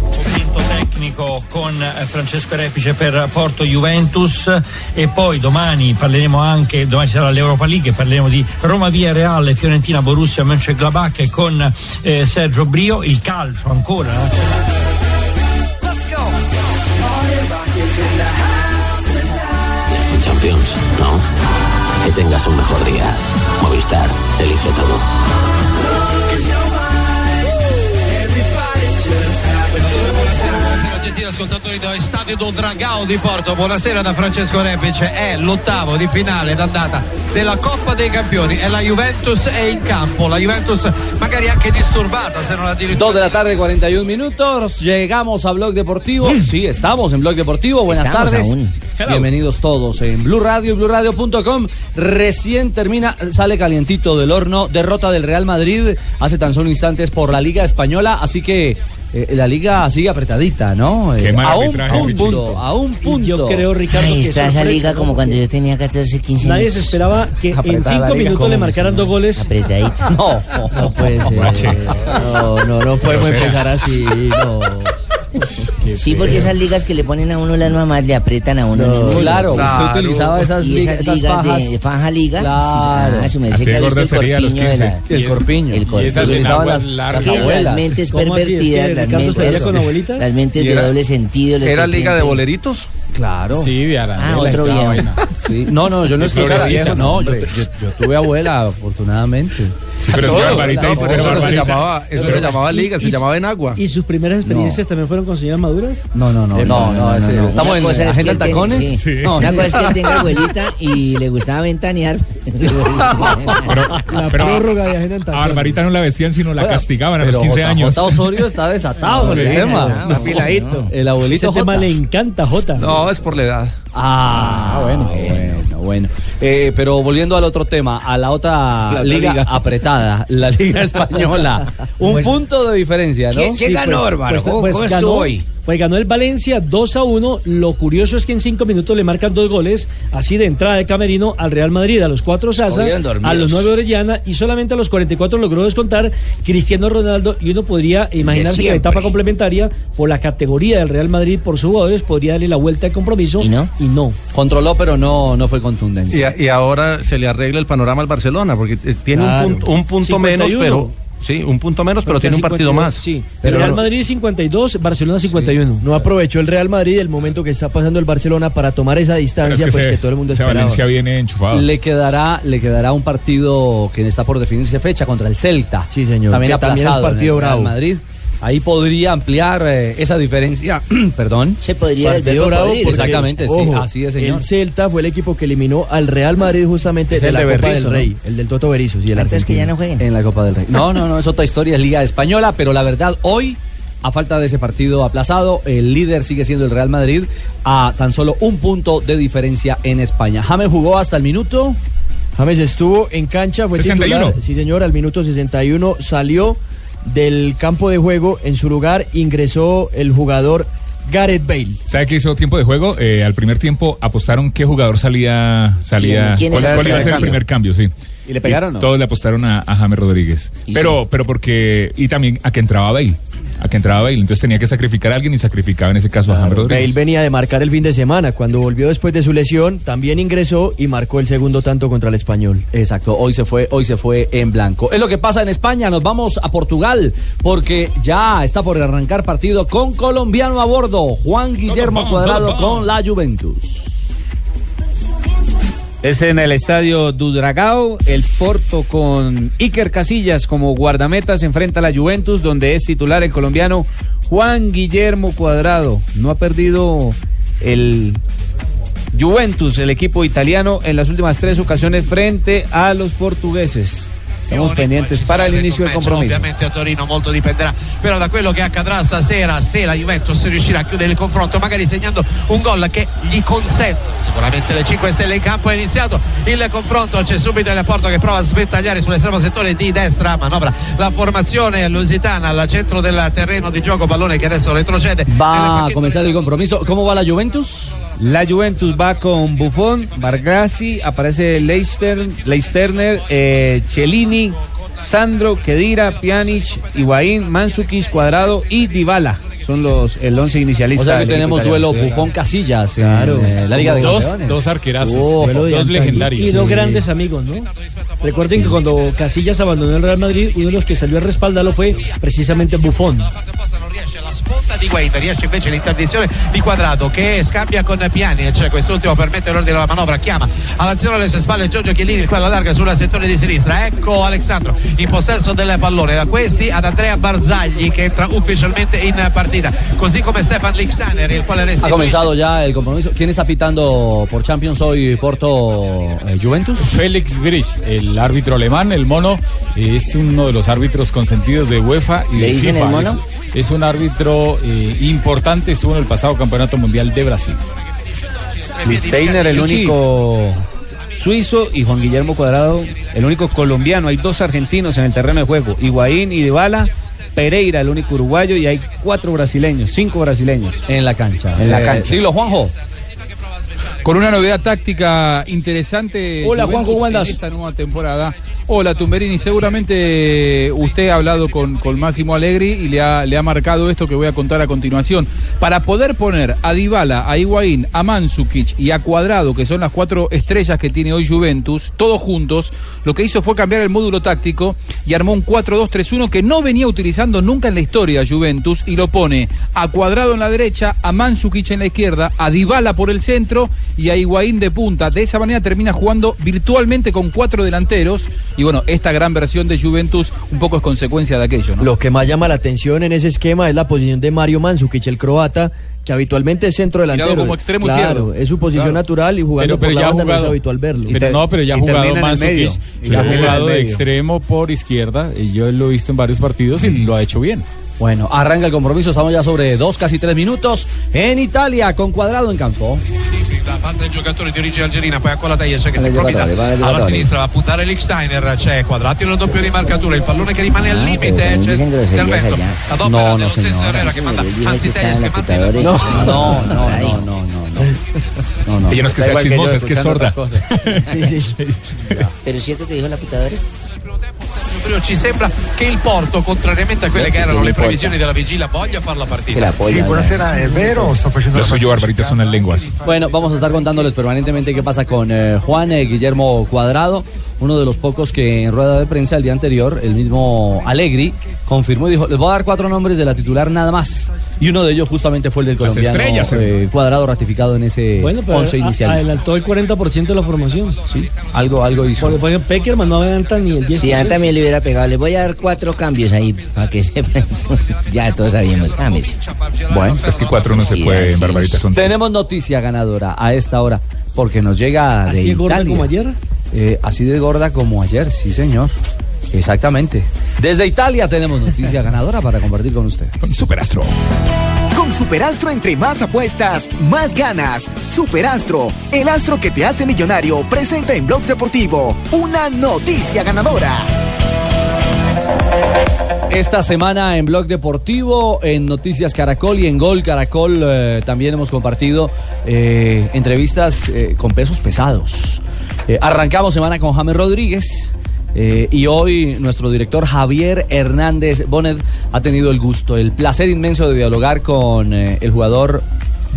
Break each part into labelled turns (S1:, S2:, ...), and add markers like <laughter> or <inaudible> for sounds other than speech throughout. S1: Momento tecnico con eh, Francesco Repice per Porto Juventus e poi domani parleremo anche domani sarà l'Europa League e parleremo di Roma Via Reale, Fiorentina, Borussia, Mönchengladbach e con eh, Sergio Brio il calcio ancora eh.
S2: Champions, ¿no? Que tengas un mejor día. Movistar, elige todo.
S3: Buonasera gentili ascoltatori da Stadio Dragao di Porto, buonasera da Francesco Repice, è l'ottavo di finale d'andata della Coppa dei Campioni e la Juventus è in campo, la Juventus magari anche disturbata se non addirittura...
S4: 2 de la tarde, 41 minutos. Llegamos a Blog Deportivo. Sí, estamos en Blog Deportivo. Buenas
S5: Estamos
S4: tardes.
S5: aún.
S4: Bienvenidos todos en Blue Radio y BlueRadio.com. Recién termina, sale calientito del horno. Derrota del Real Madrid hace tan solo instantes por la Liga Española. Así que eh, la Liga sigue apretadita, ¿no? Eh,
S6: Qué mal
S4: a un
S6: arbitraje,
S4: punto,
S6: Richie.
S4: a un punto.
S7: Yo creo, Ricardo,
S5: Ahí
S7: que
S5: está esa
S7: sorpresa,
S5: liga
S7: ¿no?
S5: como cuando yo tenía 14, 15 años.
S7: Nadie se esperaba que en
S4: Apretada
S7: cinco
S4: liga,
S7: minutos
S4: ¿cómo?
S7: le marcaran dos goles.
S5: Apretadita.
S4: No,
S5: No puede ser. No, no, no podemos empezar así. No. Sí, porque esas ligas que le ponen a uno las mamás le apretan a uno. en el muslo.
S4: claro,
S3: Claro.
S4: usted utilizaba esas,
S5: Y
S4: ligas,
S5: esas
S4: esas
S5: ligas
S4: fajas.
S5: de faja liga,
S4: Claro.
S5: sí, ah, su merced
S6: Así
S5: que
S6: de
S5: ha visto
S6: gorda sería a los
S5: corpiño de la-
S4: Y
S6: 15.
S4: el
S6: es-
S4: corpiño.
S5: el
S6: Y esas
S5: corpiño.
S6: en
S4: Utilizaban
S6: aguas
S4: las-
S5: Es
S6: largas.
S5: que
S4: abuelas.
S5: las mentes
S7: ¿Cómo así? ¿Es que
S5: pervertidas, las
S7: Ricardo se
S5: mentes,
S7: veía con abuelitas?
S5: las mentes de doble sentido. las
S8: ¿Era
S5: que
S8: liga de
S5: piensan-
S8: boleritos?
S4: Claro.
S6: Sí, de Arandela
S5: Ah,
S6: y
S5: otro
S6: toda
S5: viejo.
S6: vaina.
S5: <laughs>
S4: Sí, No, no, yo no es que fuera
S6: Progresistas,
S4: viejo, no, yo,
S6: hombre.
S4: yo- yo tuve abuela, afortunadamente.
S6: Pero es que
S4: Todos,
S6: Barbarita
S4: no,
S6: y
S4: por
S8: Pero
S6: Pero
S8: eso no se
S6: Barbarita.
S8: llamaba, eso no se llamaba liga, se
S7: y-
S8: llamaba en agua.
S7: ¿Y sus primeras experiencias también fueron con señoras maduras?
S4: No, no, no,
S5: Eh,
S4: no, no, ese- estamos
S5: Una
S4: en
S5: cosa es que
S4: agenda
S5: él tenga-
S4: tacones.
S5: sí.
S6: Sí.
S4: No,
S5: Una cosa es que él tenga abuelita y le gustaba ventanear. <laughs>
S6: Pero a Barbarita no la vestían, sino la castigaban a los
S4: pero
S6: 15
S4: J.J.
S6: años.
S4: Osorio está desatado con el
S6: Sí,
S4: tema.
S5: no, Afiladito.
S4: El
S7: Ese
S4: abuelito
S7: tema
S4: J.
S7: le encanta, Jota.
S8: No, es por la edad.
S4: Ah, bueno, bueno, bueno. Eh, pero volviendo al otro tema, a la otra,
S5: otra
S4: liga,
S5: liga.
S4: apretada, la
S5: <laughs>
S4: Liga Española. Un punto de diferencia, ¿no? pues,
S5: ¿Quién- quién ganó, hermano? ¿Cómo- cómo
S7: pues, ganó,
S5: estuvo hoy?
S7: Pues ganó el Valencia 2 a 1. Lo curioso es que en cinco minutos le marcan dos goles, así de entrada de Camerino al Real Madrid, a los cuatro Sasa,
S5: Estuvieron dormidos.
S7: a los nueve Orellana y solamente a los 44 logró descontar Cristiano Ronaldo. Y uno podría imaginarse que la
S5: siempre.
S7: etapa complementaria, por la categoría del Real Madrid, por sus jugadores, podría darle la vuelta de compromiso.
S5: ¿Y no?
S7: Y no.
S4: Controló, pero no, no fue contundente.
S8: Y, a- y ahora se le arregla el panorama al Barcelona, porque eh, tiene
S5: Claro.
S8: un punto, un punto menos,
S7: 51.
S8: pero. Sí, un punto menos, pero tiene un partido más.
S7: 52, Sí.
S5: Pero
S7: Real
S5: no-
S7: Madrid 52, Barcelona 51.
S9: No aprovechó el Real Madrid el momento que está pasando el Barcelona para tomar esa
S6: Pero es
S9: distancia
S6: que
S9: pues
S6: ese-
S9: que todo el mundo
S6: ese
S9: esperaba.
S6: Valencia viene enchufado.
S4: Le quedará, le quedará un partido que está por definirse fecha contra el Celta.
S9: Sí, señor,
S4: También
S9: que
S4: aplazado
S9: también es
S4: en el
S9: partido
S4: Real
S9: bravo.
S4: Madrid. Ahí podría ampliar eh, esa diferencia. <clears throat> Perdón.
S5: Se podría del verbo
S9: Partido bravo
S5: podrir.
S9: porque,
S4: Exactamente, sí,
S9: ojo,
S4: así es, señor.
S9: El Celta fue el equipo que eliminó al Real Madrid justamente
S8: Es
S9: de
S8: el
S9: la
S8: de
S9: Copa
S8: Berrizzo,
S9: del Rey, el del Toto Berizzo, sí, el
S5: Antes que ya
S9: argentino.
S5: no jueguen.
S4: En la Copa del Rey. No, no, no, es otra historia, es Liga Española, pero la verdad, hoy, a falta de ese partido aplazado, el líder sigue siendo el Real Madrid a tan solo un punto de diferencia en España. James jugó hasta el minuto.
S9: James estuvo en cancha, fue
S6: 61.
S9: titular, sí señor, al minuto 61 salió del campo de juego, en su lugar ingresó el jugador Gareth Bale.
S6: ¿Sabe qué hizo tiempo de juego? Eh, al primer tiempo apostaron qué jugador salía. salía
S5: ¿Quién- quién
S6: ¿Cuál,
S5: era el
S6: cuál iba a ser el
S5: cambio?
S6: primer cambio? Sí.
S4: ¿Y le pegaron o no?
S6: Todos le apostaron a, a James Rodríguez.
S5: Y
S6: Pero,
S5: sí.
S6: pero porque. Y también a que entraba Bale. A que entraba Bale. Entonces tenía que sacrificar a alguien y sacrificaba en ese caso a James
S9: Bale
S6: Rodríguez.
S9: venía de marcar el fin de semana, cuando volvió después de su lesión también ingresó y marcó el segundo tanto contra el español.
S4: Exacto, hoy se fue, hoy se fue en blanco. Es lo que pasa en España, nos vamos a Portugal, porque ya está por arrancar partido con colombiano a bordo, Juan Guillermo
S6: vamos,
S4: Cuadrado
S6: todos vamos.
S4: con la Juventus.
S10: Es en el estadio Dudragao, el Porto con Iker Casillas como guardameta se enfrenta a la Juventus, donde es titular el colombiano Juan Guillermo Cuadrado. No ha perdido el Juventus, el equipo italiano, en las últimas tres ocasiones frente a los portugueses. Siamo pendentes para il inizio del
S3: match,
S10: compromesso.
S3: Ovviamente a Torino molto dipenderà però da quello che accadrà stasera se la Juventus riuscirà a chiudere il confronto magari segnando un gol che gli consente sicuramente le 5 stelle in campo è iniziato il confronto c'è subito il Porto che prova a sventagliare sull'estremo settore di destra manovra la formazione lusitana al centro del terreno di gioco pallone che adesso retrocede
S4: Va a comenzar el compromiso. ¿Cómo va la Juventus?
S10: La Juventus va con Buffon, Bargasi, aparece Leicester, Leisterner, eh, Cellini, Sandro, Kedira, Pjanic, Higuaín, Mansukic, Cuadrado y Dybala. Son los el once
S4: O
S10: inicialista.
S4: sea que
S10: del
S4: tenemos
S10: equipo
S4: duelo
S10: italiano.
S4: Bufón Casillas
S10: Claro.
S4: en eh, la Liga de
S10: Dos-
S4: Campeones.
S11: dos arquerazos,
S4: Duelo de antaño.
S7: Y dos grandes amigos, ¿no? Recuerden que cuando Casillas abandonó el Real Madrid, uno de los que salió a respaldarlo fue precisamente Buffon.
S3: di Wade riesce invece l'interdizione di Quadrato che scambia con Pjanic quest'ultimo permette l'ordine della manovra chiama all'azione alle sue spalle Giorgio Chiellini il quale allarga sulla settore di sinistra ecco Alexandro in possesso del pallone da questi ad Andrea Barzagli che entra ufficialmente in partita così come Stefan Lichsteiner il quale resta
S4: Ha comenzado ya el compromiso. ¿Quién está pitando por Champions hoy Porto eh, Juventus?
S11: Félix Grisch, el árbitro alemán, el mono, eh, es uno de los árbitros consentidos de UEFA y
S5: ¿Le
S11: de
S5: dicen
S11: FIFA.
S5: el mono?
S11: Es, es un árbitro eh, importante, estuvo en el pasado Campeonato Mundial de Brasil.
S10: Steiner, el único suizo, y Juan Guillermo Cuadrado, el único colombiano. Hay dos argentinos en el terreno de juego, Higuaín y Dybala. Pereira, el único uruguayo, y hay cuatro brasileños, cinco brasileños.
S4: En la cancha.
S10: En la
S4: Eh,
S10: cancha.
S4: dilo, Juanjo.
S12: Con una novedad táctica interesante.
S6: Hola,
S12: Juventus,
S6: Juanjo, ¿cómo andás?
S12: En esta nueva temporada. Hola, Tumberini. Seguramente eh, usted ha hablado con, con Máximo Alegri y le ha, le ha marcado esto que voy a contar a continuación. Para poder poner a Dybala, a Higuaín, a Mansukic y a Cuadrado, que son las cuatro estrellas que tiene hoy Juventus, todos juntos, lo que hizo fue cambiar el módulo táctico y armó un 4-2-3-1 que no venía utilizando nunca en la historia Juventus y lo pone a Cuadrado en la derecha, a Mansukic en la izquierda, a Dybala por el centro y a Higuaín de punta. De esa manera termina jugando virtualmente con cuatro delanteros y bueno, esta gran versión de Juventus un poco es consecuencia de aquello, ¿no?
S9: Lo que más llama la atención en ese esquema es la posición de Mario Mansukic, el croata, que habitualmente es centro delantero.
S12: como extremo
S9: claro,
S12: izquierdo.
S9: es su posición
S12: Claro.
S9: natural y jugando
S11: Pero- pero
S9: por la
S11: ya ha
S9: banda no es
S11: jugado.
S9: habitual verlo.
S11: Pero no, pero ya ha jugado Mansukic,
S9: Y
S11: ya
S9: termina
S11: ha
S9: en el
S11: jugado de
S9: medio.
S11: extremo por izquierda, y yo lo he visto en varios partidos y lo ha hecho bien.
S4: Mm. Bueno, arranca el compromiso. Estamos ya sobre dos, casi tres minutos en Italia con cuadrado en campo.
S3: da parte del giocatore di origine algerina poi ancora Tagliese che si
S4: Vale,
S3: improvvisa
S4: giocatori, vale,
S3: alla
S4: giocatori.
S3: sinistra va a puntare Lichsteiner c'è Quadrati nel doppio di marcatura il pallone che rimane
S4: Ah,
S3: al
S4: eh,
S3: limite eh, c'è intervento la doppia
S4: No, no, señor.
S3: che manda
S5: que
S3: anzi Tagliese che
S5: estaban
S3: manda in
S5: locutadores.
S4: No, no, no, no, no, no, no.
S11: Ella no es que sea chismosa, es que es sorda.
S5: <laughs> Sí, sí.
S11: <laughs>
S5: Pero es cierto que dijo la <laughs> putadora.
S3: Proprio Ci sembra che il Porto, contrariamente a quelle che erano le previsioni della vigilia, voglia far la partita.
S6: vero? Sto facendo
S11: Lo suyo, Barbarita, son las lenguas.
S4: Bueno, vamos a estar contándoles permanentemente qué pasa con eh, Juan eh, Guillermo Cuadrado, uno de los pocos que en rueda de prensa el día anterior, el mismo Alegri, confirmó y dijo, les voy a dar cuatro nombres de la titular nada más. Y uno de ellos justamente fue el del
S7: Las
S4: colombiano
S7: estrellas,
S4: eh,
S7: ¿eh?
S4: Cuadrado ratificado en ese
S7: Bueno, pero
S4: once
S7: a-
S4: inicialista.
S7: adelantó el 40% de la formación.
S4: Sí, algo, algo hizo.
S7: Porque, por ejemplo, Peckerman no adelanta ni el 10%.
S5: Sí, a mí también le hubiera pegado. Le voy a dar cuatro cambios ahí para que sepan. <laughs> ya todos sabíamos. James.
S11: Bueno, es que cuatro no se
S5: Sí,
S6: Pues,
S11: puede,
S5: así
S11: Barbarita,
S5: es.
S11: son tres.
S4: Tenemos noticia ganadora a esta hora, porque nos llega de
S7: ¿Así de gorda
S4: Italia.
S7: como ayer?
S4: Eh, así de gorda como ayer, sí señor. Exactamente. Desde Italia tenemos noticia <laughs> ganadora para compartir con usted.
S11: Superastro.
S13: Con Superastro entre más <laughs> apuestas, más ganas. Superastro, el astro que te hace millonario, presenta en Blog Deportivo una noticia ganadora.
S4: Esta semana en Blog Deportivo, en Noticias Caracol y en Gol Caracol eh, también hemos compartido eh, entrevistas eh, con pesos pesados. Eh, arrancamos semana con James Rodríguez. eh, y hoy nuestro director Javier Hernández Bonet ha tenido el gusto, el placer inmenso de dialogar con eh, el jugador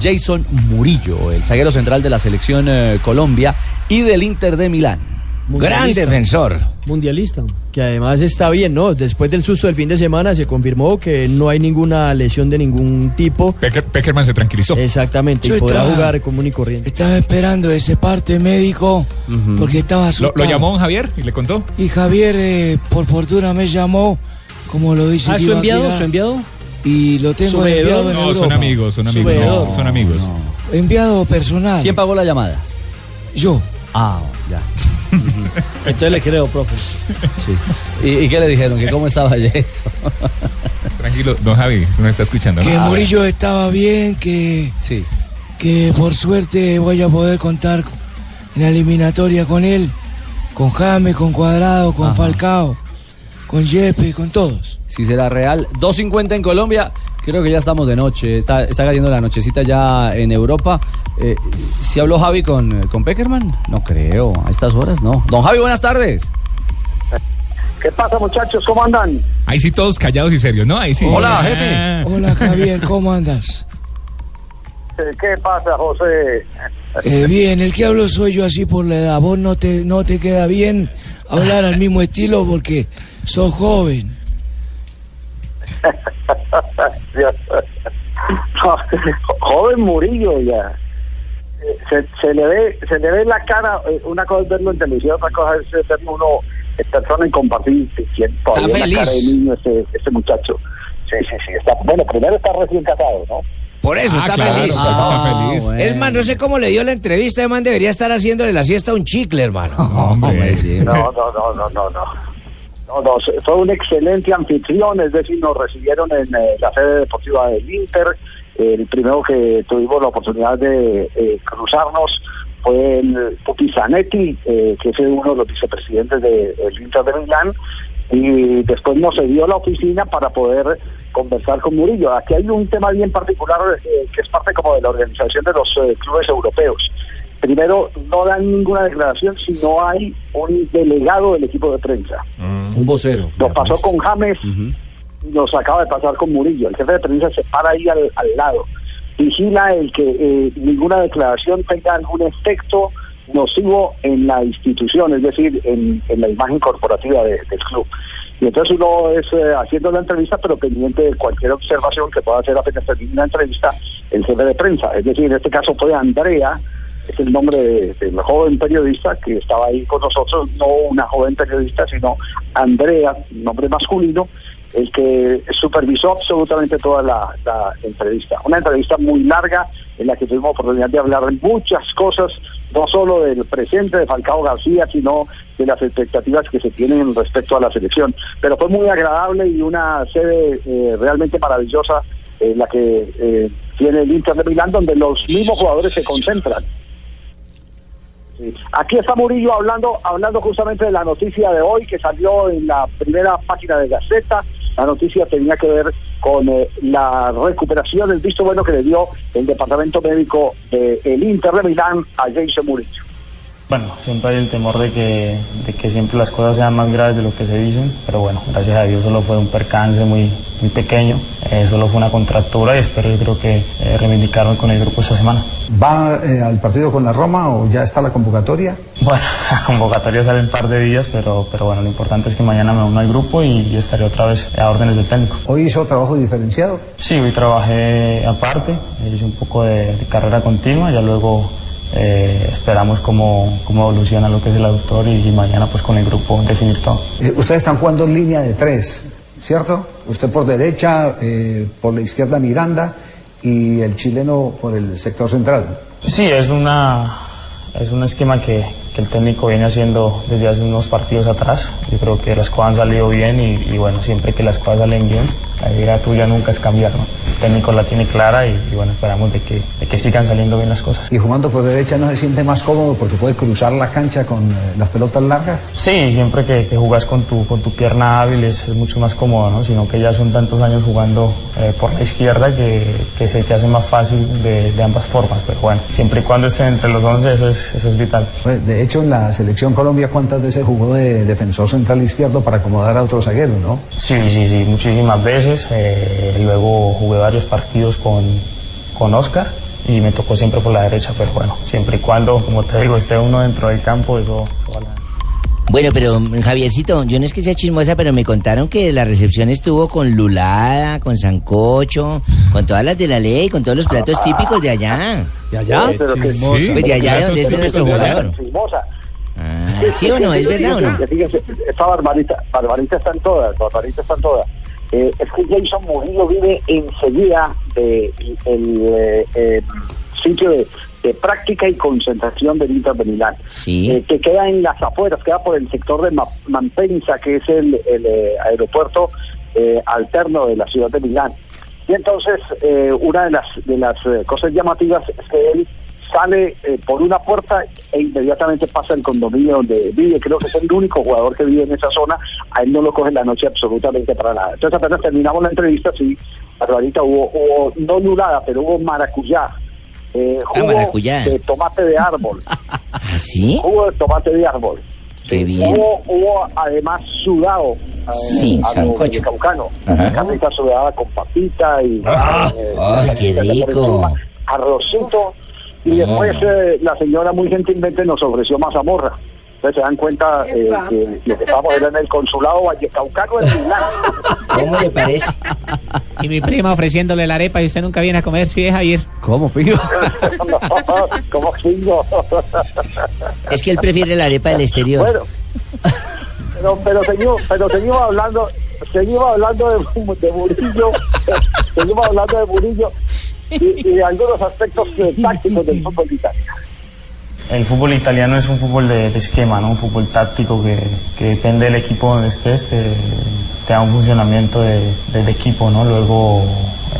S4: Jason Murillo, el zaguero central de la selección eh, Colombia y del Inter de Milán.
S9: Mundialista.
S14: Gran defensor.
S7: Mundialista.
S9: Que además está bien, ¿no? Después del susto del fin de semana se confirmó que no hay ninguna lesión de ningún tipo.
S11: Peckerman se tranquilizó.
S9: Exactamente, y
S14: Yo
S9: podrá
S14: estaba-
S9: jugar común y corriente.
S14: Estaba esperando ese parte médico porque estaba
S11: ¿Lo,
S14: asustado.
S11: lo llamó don Javier y le contó?
S14: Y Javier, eh, por fortuna, me llamó, como lo dice.
S11: Ah,
S14: que
S11: ¿su
S14: iba a
S11: enviado?
S14: quedar.
S11: ¿su
S7: enviado?
S14: Y lo tengo enviado en
S11: No, son
S14: Europa.
S11: amigos, son amigos.
S14: Subedor.
S11: no, son amigos.
S14: Enviado personal.
S4: ¿Quién pagó la llamada?
S14: Yo.
S4: Ah, <laughs> ya.
S7: Entonces le creo, profe.
S4: Sí. ¿Y, y qué le dijeron? ¿Que ¿Cómo estaba eso? <laughs>
S11: Tranquilo, don Javi, no está escuchando. ¿no?
S14: Que Murillo estaba bien, que, que por suerte voy a poder contar en la eliminatoria con él, con James, con Cuadrado, con
S4: Ajá.
S14: Falcao, con Yepe, con todos.
S4: Si será real. 2.50 en Colombia. Creo que ya estamos de noche. Está, está cayendo la nochecita ya en Europa. Eh, ¿Si habló Javi con, con Peckerman? No creo. A estas horas no. Don Javi, buenas tardes.
S15: ¿Qué pasa, muchachos? ¿Cómo andan?
S11: Ahí sí todos callados y serios, ¿no? Ahí sí.
S15: Hola,
S11: Ah,
S14: Hola Javier, ¿cómo andas?
S15: Eh, ¿Qué pasa, José?
S14: Eh, bien, el que hablo soy yo así por la edad. Vos no te, no te queda bien hablar al mismo estilo porque sos joven.
S15: Ya. No, <laughs> Joven Murillo ya. Eh, Se, se le ve se le ve la cara, eh, una cosa es verlo en televisión, otra cosa es verlo uno en persona y compartir si- si- todavía
S16: Está
S15: la
S16: feliz.
S15: cara de niño ese, ese muchacho. Sí, sí, sí. Está, bueno, primero está recién casado, ¿no?
S14: Por
S16: eso, está feliz.
S5: Ah,
S16: Es más, no sé cómo le dio la entrevista. Además, debería estar haciéndole la siesta a un chicle, hermano.
S15: No, no, no, no, no, no. No, no, se- fue un excelente anfitrión, es decir, nos recibieron en eh, la sede deportiva del Inter. El primero que tuvimos la oportunidad de eh, cruzarnos fue el Pupi Zanetti, eh, que es uno de los vicepresidentes de- del Inter de Milán. Y después nos cedió la oficina para poder conversar con Murillo. Aquí hay un tema bien particular eh, que es parte como de la organización de los eh, clubes europeos primero no dan ninguna declaración si no hay un delegado del equipo de prensa.
S4: Mm. Un vocero.
S15: Nos pasó con James, nos acaba de pasar con Murillo. El jefe de prensa se para ahí al, al lado. Vigila el que eh, ninguna declaración tenga algún efecto nocivo en la institución, es decir, en, en la imagen corporativa de- del club. Y entonces uno es eh, haciendo la entrevista, pero pendiente de cualquier observación que pueda hacer apenas termine la entrevista el jefe de prensa. Es decir, en este caso fue Andrea, es el nombre de- del joven periodista que estaba ahí con nosotros, no una joven periodista, sino Andrea, nombre masculino, el que supervisó absolutamente toda la, la entrevista. Una entrevista muy larga en la que tuvimos oportunidad de hablar de muchas cosas, no solo del presente de Falcao García, sino de las expectativas que se tienen respecto a la selección. Pero fue muy agradable y una sede eh, realmente maravillosa en la que eh, tiene el Inter de Milán, donde los mismos jugadores se concentran. Sí. Aquí está Murillo hablando, hablando justamente de la noticia de hoy que salió en la primera página de Gaceta. La noticia tenía que ver con eh, la recuperación, el visto bueno que le dio el departamento médico del Inter de Milán a Jason Murillo.
S17: Bueno, siempre hay el temor de que, de que siempre las cosas sean más graves de lo que se dicen, pero bueno, gracias a Dios solo fue un percance muy, muy pequeño, eh, solo fue una contractura y espero yo creo que eh, reivindicarme con el grupo esta semana.
S18: ¿Va eh, al partido con la Roma o ya está la convocatoria?
S17: Bueno, <laughs> la convocatoria sale en un par de días, pero, pero bueno, lo importante es que mañana me uno al grupo y, y estaré otra vez a órdenes del técnico.
S18: ¿Hoy hizo trabajo diferenciado?
S17: Sí, hoy trabajé aparte, eh, hice un poco de, de carrera continua, ya luego eh, esperamos cómo, cómo evoluciona lo que es el aductor y, y mañana pues con el grupo definir todo.
S18: Eh, ustedes están jugando en línea de tres, ¿cierto? Usted por derecha, eh, por la izquierda Miranda y el chileno por el sector central.
S17: Sí, es una es un esquema que, que el técnico viene haciendo desde hace unos partidos atrás. Yo creo que las cosas han salido bien y, y bueno, siempre que las cosas salen bien, la idea tuya nunca es cambiar, ¿no? El técnico la tiene clara y, y bueno, esperamos de que, de que sigan saliendo bien las cosas.
S18: Y jugando por derecha no se siente más cómodo porque puede cruzar la cancha con eh, las pelotas largas.
S17: Sí, siempre que, que jugas con tu, con tu pierna hábil es, es mucho más cómodo, ¿no? Sino que ya son tantos años jugando eh, por la izquierda que, que se te hace más fácil de, de ambas formas. Pero bueno, siempre y cuando estén entre los 11, eso es, eso es vital.
S18: Pues, De hecho, en la selección Colombia, ¿cuántas veces jugó de defensor central izquierdo para acomodar a otro zaguero, no?
S17: Sí, sí, sí, muchísimas veces. Eh, luego jugué varios partidos con, con Oscar y me tocó siempre por la derecha, pero bueno, siempre y cuando, como te digo, esté uno dentro del campo, eso, eso vale.
S19: Bueno, pero mm, Javiercito, yo no es que sea chismosa, pero me contaron que la recepción estuvo con lulada, con sancocho, con todas las de la ley, con todos los platos típicos de allá.
S20: ¿De allá?
S15: Sí, pero que- Sí,
S19: Pues de allá de
S15: platos
S19: donde es
S15: típicos
S19: nuestro
S15: de allá.
S19: jugador.
S15: Chismosa.
S19: Ah, ¿Sí o no? ¿Es verdad o no?
S15: Fíjese, fíjese, Está Barbarita, Barbarita están todas, Barbarita están todas. Eh, es que Jason Murillo vive enseguida del el, eh, eh, sitio de, de práctica y concentración del Inter de Milán,
S19: Sí.
S15: eh, que queda en las afueras, queda por el sector de Ma- Mampensa, que es el, el, eh, aeropuerto eh, alterno de la ciudad de Milán. Y entonces eh, una de las, de las eh, cosas llamativas es que él sale eh, por una puerta e inmediatamente pasa al condominio donde vive. Creo que es el único jugador que vive en esa zona. A él no lo coge la noche absolutamente para nada. Entonces apenas terminamos la entrevista, sí, Barbarita hubo, hubo no nulada, pero hubo maracuyá. Eh, jugo
S19: Ah, maracuyá.
S15: de tomate
S19: <laughs>
S15: de árbol.
S19: ¿Así?
S15: Jugo de tomate de árbol.
S19: Qué bien.
S15: Hubo, hubo además sudado. eh,
S19: Sí,
S15: a lo
S19: sancocho.
S15: vallecaucano.
S19: Ajá.
S15: Carnita sudada con papita y... eh,
S19: ¡Ay, qué
S15: carnita por
S19: rico! Ah.
S15: encima, Arrocito. Y después eh, la señora muy gentilmente nos ofreció mazamorra. Entonces se dan cuenta eh,
S19: Epa.
S15: que lo que estábamos era en el consulado vallecaucano en Milán.
S19: ¿Cómo le parece?
S15: <laughs>
S21: Y mi prima ofreciéndole la arepa y usted nunca viene a comer, sí es Javier.
S20: ¿Cómo, Pingo?
S15: ¿Cómo <laughs> Pingo?
S19: Es que él prefiere la arepa del exterior.
S15: Bueno, pero, pero, seguimos, pero seguimos hablando, seguimos hablando de, de Murillo, <laughs> seguimos hablando de Murillo y, y de algunos aspectos eh, tácticos del fútbol italiano.
S17: El fútbol italiano es un fútbol de, de esquema, ¿no? un fútbol táctico que, que depende del equipo donde estés, te, te da un funcionamiento de, del equipo. ¿no? Luego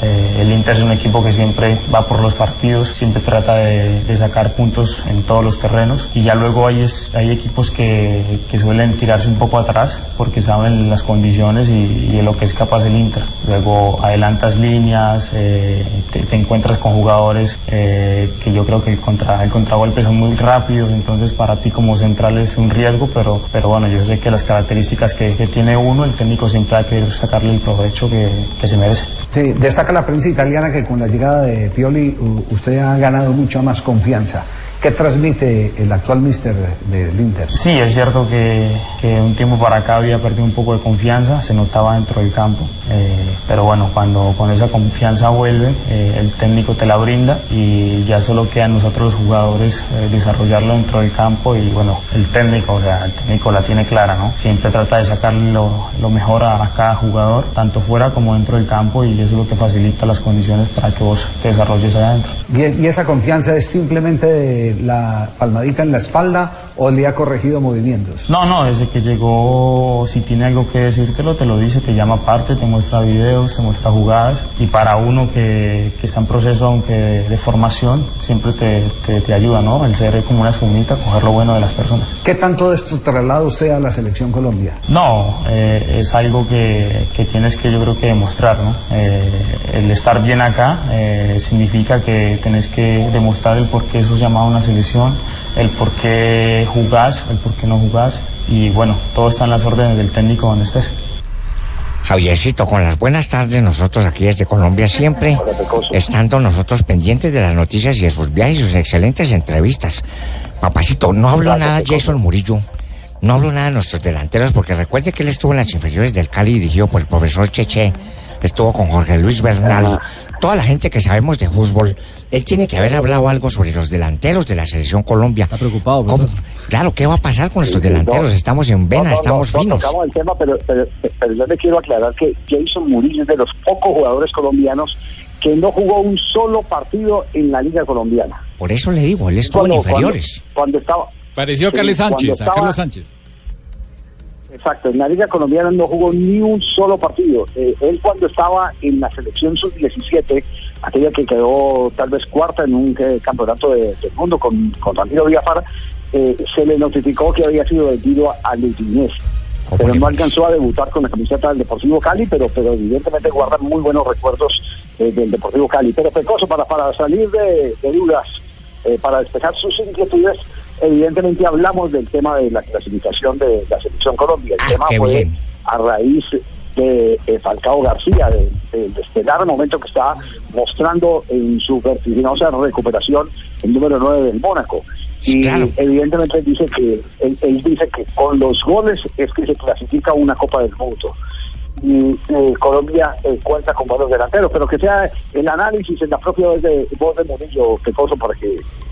S17: eh, el Inter es un equipo que siempre va por los partidos, siempre trata de, de sacar puntos en todos los terrenos. Y ya luego hay, es- hay equipos que, que suelen tirarse un poco atrás porque saben las condiciones y, y de lo que es capaz el Inter. Luego adelantas líneas, eh, te, te encuentras con jugadores eh, que yo creo que el, contra, el contragolpe son muy rápidos, entonces para ti como central es un riesgo, pero, pero bueno, yo sé que las características que, que tiene uno, el técnico siempre va a querer sacarle el provecho que- que se merece.
S22: Sí, destaca la prensa italiana que con la llegada de Pioli u- usted ha ganado mucha más confianza. ¿Qué transmite el actual mister del Inter?
S17: Sí, es cierto que, que de un tiempo para acá había perdido un poco de confianza, se notaba dentro del campo, eh, pero bueno, cuando con esa confianza vuelve, eh, el técnico te la brinda y ya solo queda a nosotros los jugadores eh, desarrollarlo dentro del campo y bueno, el técnico, o sea, el técnico la tiene clara, ¿no? Siempre trata de sacarle lo, lo mejor a, a cada jugador, tanto fuera como dentro del campo y eso es lo que facilita las condiciones para que vos te desarrolles allá adentro.
S22: ¿Y, e- y esa confianza es simplemente la palmadita en la espalda o le ha corregido movimientos?
S17: No, no, desde que llegó, si tiene algo que decírtelo, te lo dice, te llama aparte, te muestra videos, te muestra jugadas. Y para uno que, que está en proceso, aunque de, de formación, siempre te, te- te ayuda, ¿no? El ser como una espumita, coger lo bueno de las personas.
S22: ¿Qué tanto de esto traslada usted a la selección Colombia?
S17: No, eh, es algo que, que tienes que yo creo que demostrar, ¿no? Eh, el estar bien acá eh, significa que tenés que demostrar el por qué sos llamado a una selección, el por qué jugás, el por qué no jugás. Y bueno, todo está en las órdenes del técnico donde estés.
S5: Javiercito, con las buenas tardes, nosotros aquí desde Colombia siempre, estando nosotros pendientes de las noticias y de sus viajes y sus excelentes entrevistas. Papacito, no habló nada Jason Murillo, no habló nada de nuestros delanteros, porque recuerde que él estuvo en las inferiores del Cali dirigido por el profesor Cheche, estuvo con Jorge Luis Bernal, toda la gente que sabemos de fútbol, él tiene que haber hablado algo sobre los delanteros de la selección Colombia. Está preocupado. Claro, ¿qué va a pasar con nuestros
S15: Sí, sí, no.
S5: delanteros? Estamos en
S15: No,
S5: vena,
S15: no,
S5: Ah, estamos
S15: no, no
S5: finos.
S15: tocamos el tema, pero, pero, pero yo le quiero aclarar que Jason Murillo es de los pocos jugadores colombianos que no jugó un solo partido en la Liga Colombiana.
S5: Por eso le digo, él estuvo en
S15: Cuando-
S5: inferiores.
S15: Cuando, cuando estaba...
S10: Pareció a
S15: Sí,
S10: Carles
S15: cuando
S10: Sánchez, a
S15: estaba-
S10: Carlos Sánchez.
S15: Exacto, en la Liga Colombiana no jugó ni un solo partido. Eh, él cuando estaba en la selección sub-17, aquella que quedó tal vez cuarta en un eh, campeonato de- del mundo con, con Ramiro Villafar, eh, se le notificó que había sido vendido al Udinese. Pero no alcanzó a debutar con la camiseta del Deportivo Cali, pero, pero evidentemente guarda muy buenos recuerdos eh, del Deportivo Cali. Pero Pecoso, para, para salir de, de dudas, eh, para despejar sus inquietudes, evidentemente hablamos del tema de la clasificación de la selección Colombia. El tema
S5: Ah, qué
S15: fue
S5: bien.
S15: a raíz de eh, Falcao García, de- del estelar momento que está mostrando en su vertiginosa recuperación el número 9 del Mónaco. Y evidentemente dice que él, él dice que con los goles es que se clasifica una Copa del Mundo. Y eh, Colombia eh, cuenta con buenos delanteros, pero que sea el análisis en la propia voz de, voz de Murillo, Pecoso, para que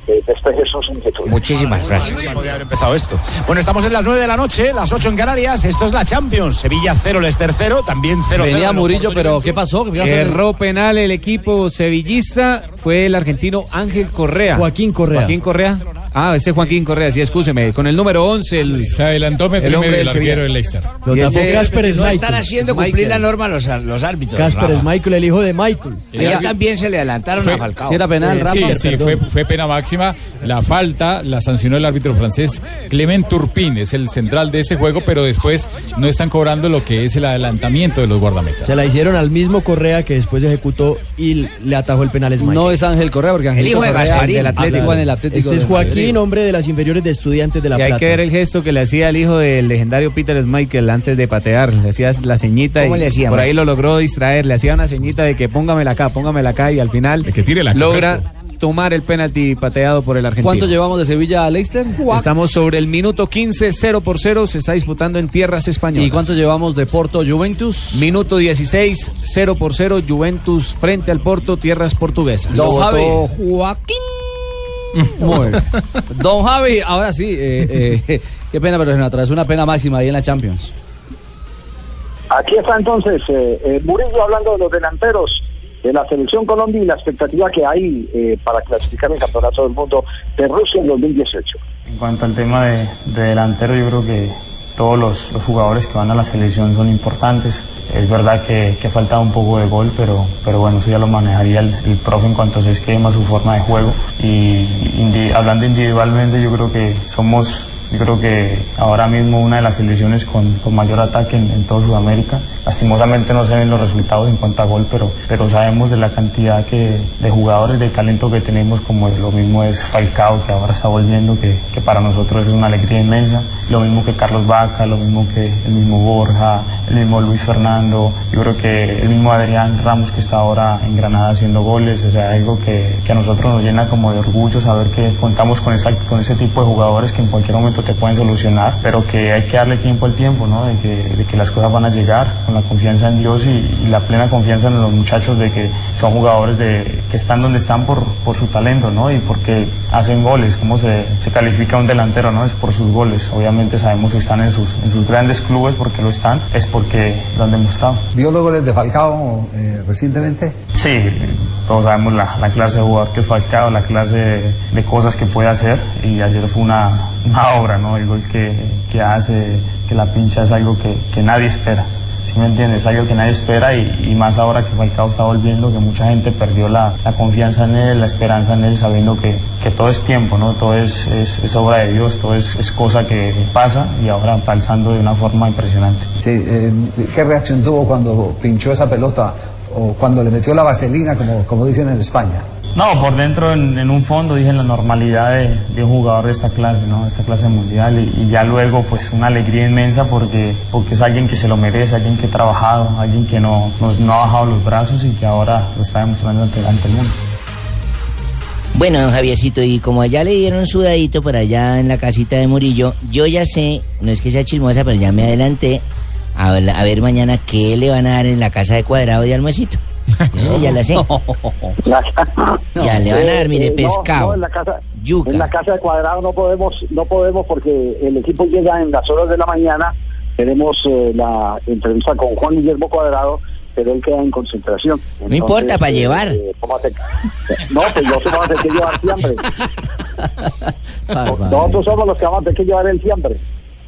S15: eh, despeje sus inquietudes.
S23: Muchísimas gracias. Podría haber empezado esto. Bueno, estamos en las 9 de la noche, las 8 en Canarias. Esto es la Champions. Sevilla 0, Leicester 0, también 0
S4: Venía Murillo, pero ¿qué pasó? ¿Qué pasó?
S10: Erró penal el equipo sevillista, fue el argentino Ángel Correa.
S9: Joaquín Correa.
S10: Joaquín Correa. Ah, ese es Joaquín Correa, sí, excúseme. Con el número 11, el. Se adelantó
S9: metro y medio el arquero del
S10: Leicester.
S9: Lo tapó Gasper
S19: No
S9: Schmeichel.
S19: están haciendo
S9: Schmeichel.
S19: cumplir la norma los, ar- los árbitros.
S9: Casper
S19: Rafa.
S9: es Michael, el hijo de Michael.
S19: Y ahí también se le adelantaron a Falcao.
S11: Sí, sí, fue, fue pena máxima. La falta la sancionó el árbitro francés Clement Turpin, es el central de este juego, pero después no están cobrando lo que es el adelantamiento de los guardametas.
S9: Se la hicieron al mismo Correa que después ejecutó y le atajó el penal Smith.
S4: No es Ángel Correa, porque Ángel
S9: hijo de
S4: Correa,
S9: Gasparín.
S4: del Atlético, en el Atlético.
S9: Este es
S4: de Madrid.
S9: Joaquín, hombre de las inferiores de Estudiantes de la
S10: Y hay
S9: Plata.
S10: que <laughs> ver el gesto que le hacía el hijo del legendario Peter Michael antes de patear. Le hacía la ceñita
S9: ¿Cómo
S10: y
S9: le hacía,
S10: por
S9: Max?
S10: ahí lo logró distraer. Le hacía una ceñita de que póngamela acá, póngamela acá y al final logra tomar el penalti pateado por el argentino.
S4: ¿Cuánto llevamos de Sevilla a Leicester?
S10: Estamos sobre el minuto 15, 0 por 0. Se está disputando en tierras españolas.
S4: ¿Y cuánto
S10: llevamos de Porto Juventus? Minuto 16, 0 por 0. Juventus frente al Porto, tierras portuguesas.
S4: Joaquín. Muy bien. Don Javi, ahora sí, eh, eh, qué pena, pero se nos atravesó una pena máxima ahí en la Champions.
S15: Aquí está entonces eh, eh, Murillo hablando de los delanteros de la selección Colombia y la expectativa que hay eh, para clasificar el Campeonato del Mundo de Rusia en 2018.
S17: En cuanto al tema de, de delantero, yo creo que todos los, los jugadores que van a la selección son importantes. Es verdad que, que ha faltado un poco de gol, pero, pero bueno, eso ya lo manejaría el, el profe en cuanto se esquema, su forma de juego. Y indi- hablando individualmente, yo creo que somos, yo creo que ahora mismo una de las selecciones con, con mayor ataque en, en toda Sudamérica. Lastimosamente no se ven los resultados en cuanto a gol, pero, pero sabemos de la cantidad que, de jugadores, de talento que tenemos, como lo mismo es Falcao, que ahora está volviendo, que, que para nosotros es una alegría inmensa. Lo mismo que Carlos Vaca, lo mismo que el mismo Borja, el mismo Luis Fernando. Yo creo que el mismo Adrián Ramos, que está ahora en Granada haciendo goles. O sea, algo que, que a nosotros nos llena como de orgullo saber que contamos con, esa, con ese tipo de jugadores que en cualquier momento te pueden solucionar, pero que hay que darle tiempo al tiempo, ¿no? De que, de que las cosas van a llegar con la confianza en Dios y, y la plena confianza en los muchachos de que son jugadores de, que están donde están por, por su talento, ¿no? Y porque hacen goles. ¿Cómo se, se califica un delantero, no? Es por sus goles. Obviamente sabemos que están en sus, en sus grandes clubes porque lo están, es porque lo han demostrado.
S18: ¿Vio los goles de Falcao eh, recientemente?
S17: Sí, todos sabemos la, la clase de jugador que es Falcao, la clase de, de cosas que puede hacer y ayer fue una, una obra, ¿no? El gol que, que hace, que la pincha es algo que, que nadie espera, ¿sí me entiendes? Es algo que nadie espera y, y más ahora que Falcao está volviendo, que mucha gente perdió la, la confianza en él, la esperanza en él, sabiendo que, que todo es tiempo, ¿no? Todo es, es- es obra de Dios, todo es, es cosa que pasa y ahora está alzando de una forma impresionante.
S18: Sí, eh, ¿qué reacción tuvo cuando pinchó esa pelota o cuando le metió la vaselina, como, como dicen en España?
S17: No, por dentro en, en un fondo dije la normalidad de, de un jugador de esta clase, ¿no? De esta clase mundial y, y ya luego pues una alegría inmensa porque, porque es alguien que se lo merece, alguien que ha trabajado, alguien que no, nos- no ha bajado los brazos y que ahora lo está demostrando ante, ante el mundo.
S19: Bueno, don Javiercito, y como allá le dieron su dadito por allá en la casita de Murillo, yo ya sé, no es que sea chismosa, pero ya me adelanté a, ver- a ver mañana qué le van a dar en la casa de cuadrado de almuercito. Eso sí, ya
S15: <laughs>
S19: la sé. <laughs> Ya le van a dar, mire,
S15: Eh, eh, no, no,
S19: pescado.
S15: en, la casa,
S19: yuca.
S15: en la casa de cuadrado no podemos, no podemos porque el equipo llega en las horas de la mañana. Tenemos eh, la entrevista con Juan Guillermo Cuadrado, pero él queda en concentración. eh,
S19: No importa, para llevar.
S15: ¿cómo hace? No, pues yo sé vamos a tener que
S19: <laughs>
S15: llevar siempre. Nosotros somos los que vamos a tener que llevar el siempre.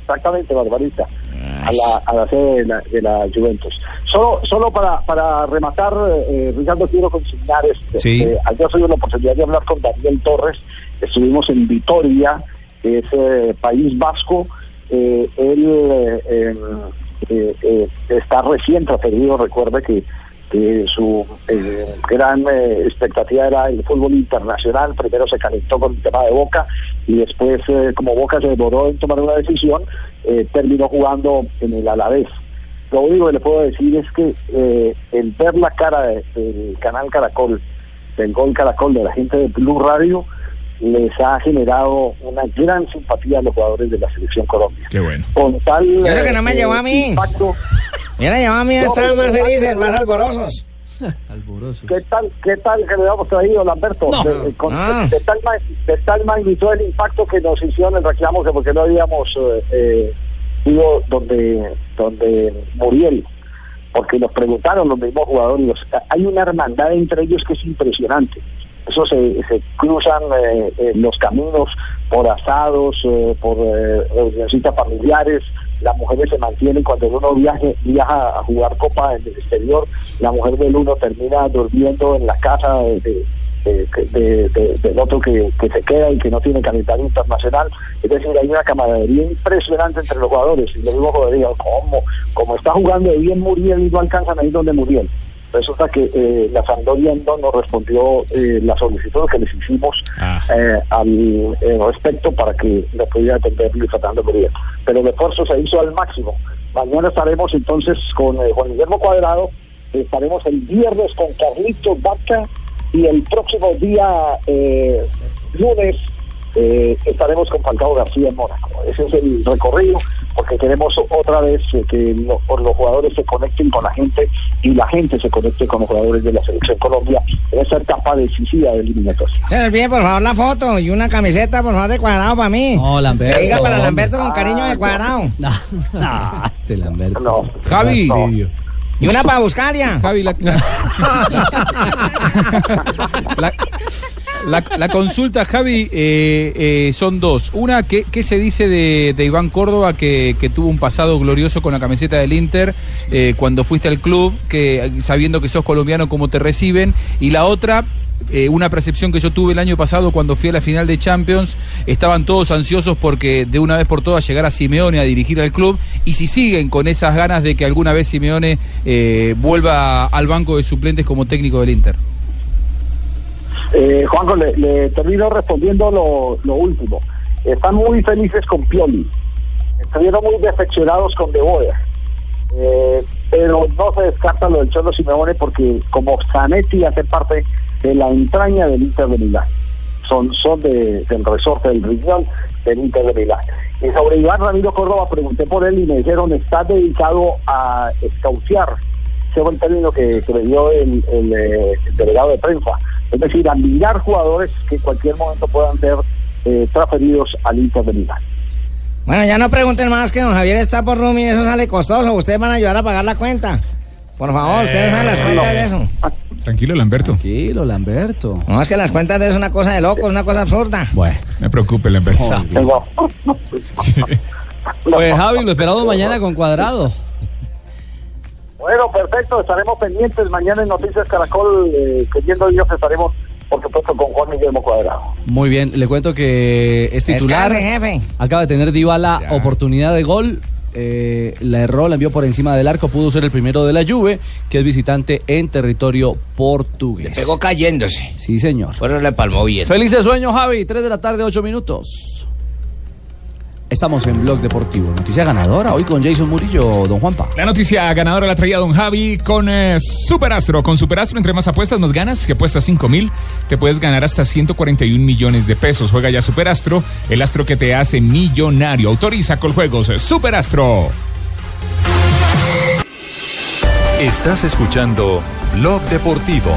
S15: Exactamente, Barbarita. A la, a la sede de la, de la Juventus. Solo, solo para, para rematar, eh, Ricardo, quiero consignar este.
S6: Sí.
S15: eh, ayer tuve la oportunidad de hablar con Daniel Torres. Estuvimos en Vitoria, que es eh, País Vasco. Eh, él eh, eh, eh, eh, está recién transferido. Recuerde que, que su eh, gran eh, expectativa era el fútbol internacional. Primero se calentó con el tema de Boca y después, eh, como Boca se demoró en tomar una decisión, eh, terminó jugando en el Alavés. Lo único que le puedo decir es que eh, el ver la cara de- del canal Caracol, del Gol Caracol, de la gente de Blue Radio, les ha generado una gran simpatía a los jugadores de la Selección Colombia.
S5: Qué bueno.
S15: Con tal.
S5: Y eso
S15: eh,
S5: que no me llevó a mí.
S15: Impacto,
S5: Mira, llamaba a mí,
S15: No,
S5: estaban más
S15: pero-
S5: felices, más alborosos.
S15: ¿Qué tal, qué tal que le hemos traído, Lamberto? De, eh, con-
S5: Ah.
S15: de- de tal ma- de tal magnitud el impacto que nos hicieron el reclamo que porque no habíamos eh, eh, ido donde, donde Muriel, porque nos preguntaron los mismos jugadores. los- hay una hermandad entre ellos que es impresionante. Eso se, se cruzan eh, eh, los caminos por asados, eh, por eh, reunioncitas familiares. Las mujeres se mantienen cuando uno viaje, viaja a jugar copa en el exterior. La mujer del uno termina durmiendo en la casa de- de- de- de- de- del otro que, que se queda y que no tiene calendario internacional. Es decir, hay una camaradería impresionante entre los jugadores. Y los mismos jugadores digo, ¿cómo? Como está jugando de bien Muriel y no alcanzan a ir donde Muriel. Resulta que eh, la Sampdoria no nos respondió eh, la solicitud que les hicimos eh, al eh, respecto para que lo pudiera atender Luis Fernando Muriel. Pero el esfuerzo se hizo al máximo. Mañana estaremos entonces con eh, Juan Guillermo Cuadrado, estaremos el viernes con Carlitos Vaca y el próximo día eh, lunes eh, estaremos con Falcao García en Mónaco. Ese es el recorrido, porque queremos otra vez eh, que lo- por los jugadores se conecten con la gente y la gente se conecte con los jugadores de la Selección Colombia en esa etapa decisiva del eliminatoria.
S5: Se me olvide, por favor, la foto y una camiseta, por favor, de cuadrado para mí.
S4: No, Lamberto.
S5: Que diga para
S4: hombre.
S5: Lamberto con cariño de
S4: <laughs>
S5: cuadrado.
S4: Ah, este Lamberto.
S24: Javi.
S5: Y una para Buscaria.
S24: Javi, la... La, la- la consulta, Javi, eh, eh, son dos. Una, ¿qué, qué se dice de, de Iván Córdoba, que, que tuvo un pasado glorioso con la camiseta del Inter eh, cuando fuiste al club, que sabiendo que sos colombiano, cómo te reciben? Y la otra, eh, una percepción que yo tuve el año pasado cuando fui a la final de Champions, estaban todos ansiosos porque de una vez por todas llegara Simeone a dirigir al club y si siguen con esas ganas de que alguna vez Simeone eh, vuelva al banco de suplentes como técnico del Inter.
S15: Eh, Juanjo, le, le termino respondiendo lo, lo último. Están muy felices con Pioli. Estuvieron muy decepcionados con De Boer. Eh, pero no se descarta lo del Cholo Simeone porque como Zanetti hace parte de la entraña del Inter de Milán. Son, son de- del resorte del riñón del Inter de Milán. Y sobre Iván Ramiro Córdoba pregunté por él y me dijeron, está dedicado a escautear ese fue el término que, que le dio el, el, eh, el delegado de prensa. Es decir, a mirar jugadores que en cualquier momento puedan ser eh, transferidos al Inter de Milán.
S5: Bueno, ya no pregunten más que don Javier está por rooming, eso sale costoso. Ustedes van a ayudar a pagar la cuenta. Por favor, ustedes saben las cuentas de eso.
S10: Tranquilo, Lamberto. Tranquilo, Lamberto.
S5: No, es que las cuentas de eso es una cosa de locos, una cosa absurda.
S10: Bueno.
S11: Me preocupe, Lamberto.
S4: <laughs> Pues Javi, lo esperamos mañana con cuadrado.
S15: Bueno, perfecto, estaremos pendientes. Mañana en Noticias Caracol, eh, queriendo Dios, estaremos, por supuesto, con Juan Guillermo Cuadrado.
S4: Muy bien, le cuento que es titular.
S5: Descanse, jefe.
S4: Acaba de tener Diva la oportunidad de gol. eh, la erró, la envió por encima del arco. Pudo ser el primero de la Juve, que es visitante en territorio portugués.
S19: Le pegó cayéndose.
S4: Sí, señor.
S19: Pero le palmó bien.
S4: Felices sueños, Javi. 3 de la tarde, 8 minutos. Estamos en Blog Deportivo. Noticia ganadora hoy con Jason Murillo, don Juanpa.
S5: La
S6: noticia ganadora la traía Don Javi con eh, Superastro. Con Superastro, entre más apuestas, más ganas. Si apuestas 5 mil, te puedes ganar hasta 141 millones de pesos. Juega ya Superastro, el astro que te hace millonario. Autoriza con juegos Superastro.
S25: Estás escuchando Blog Deportivo.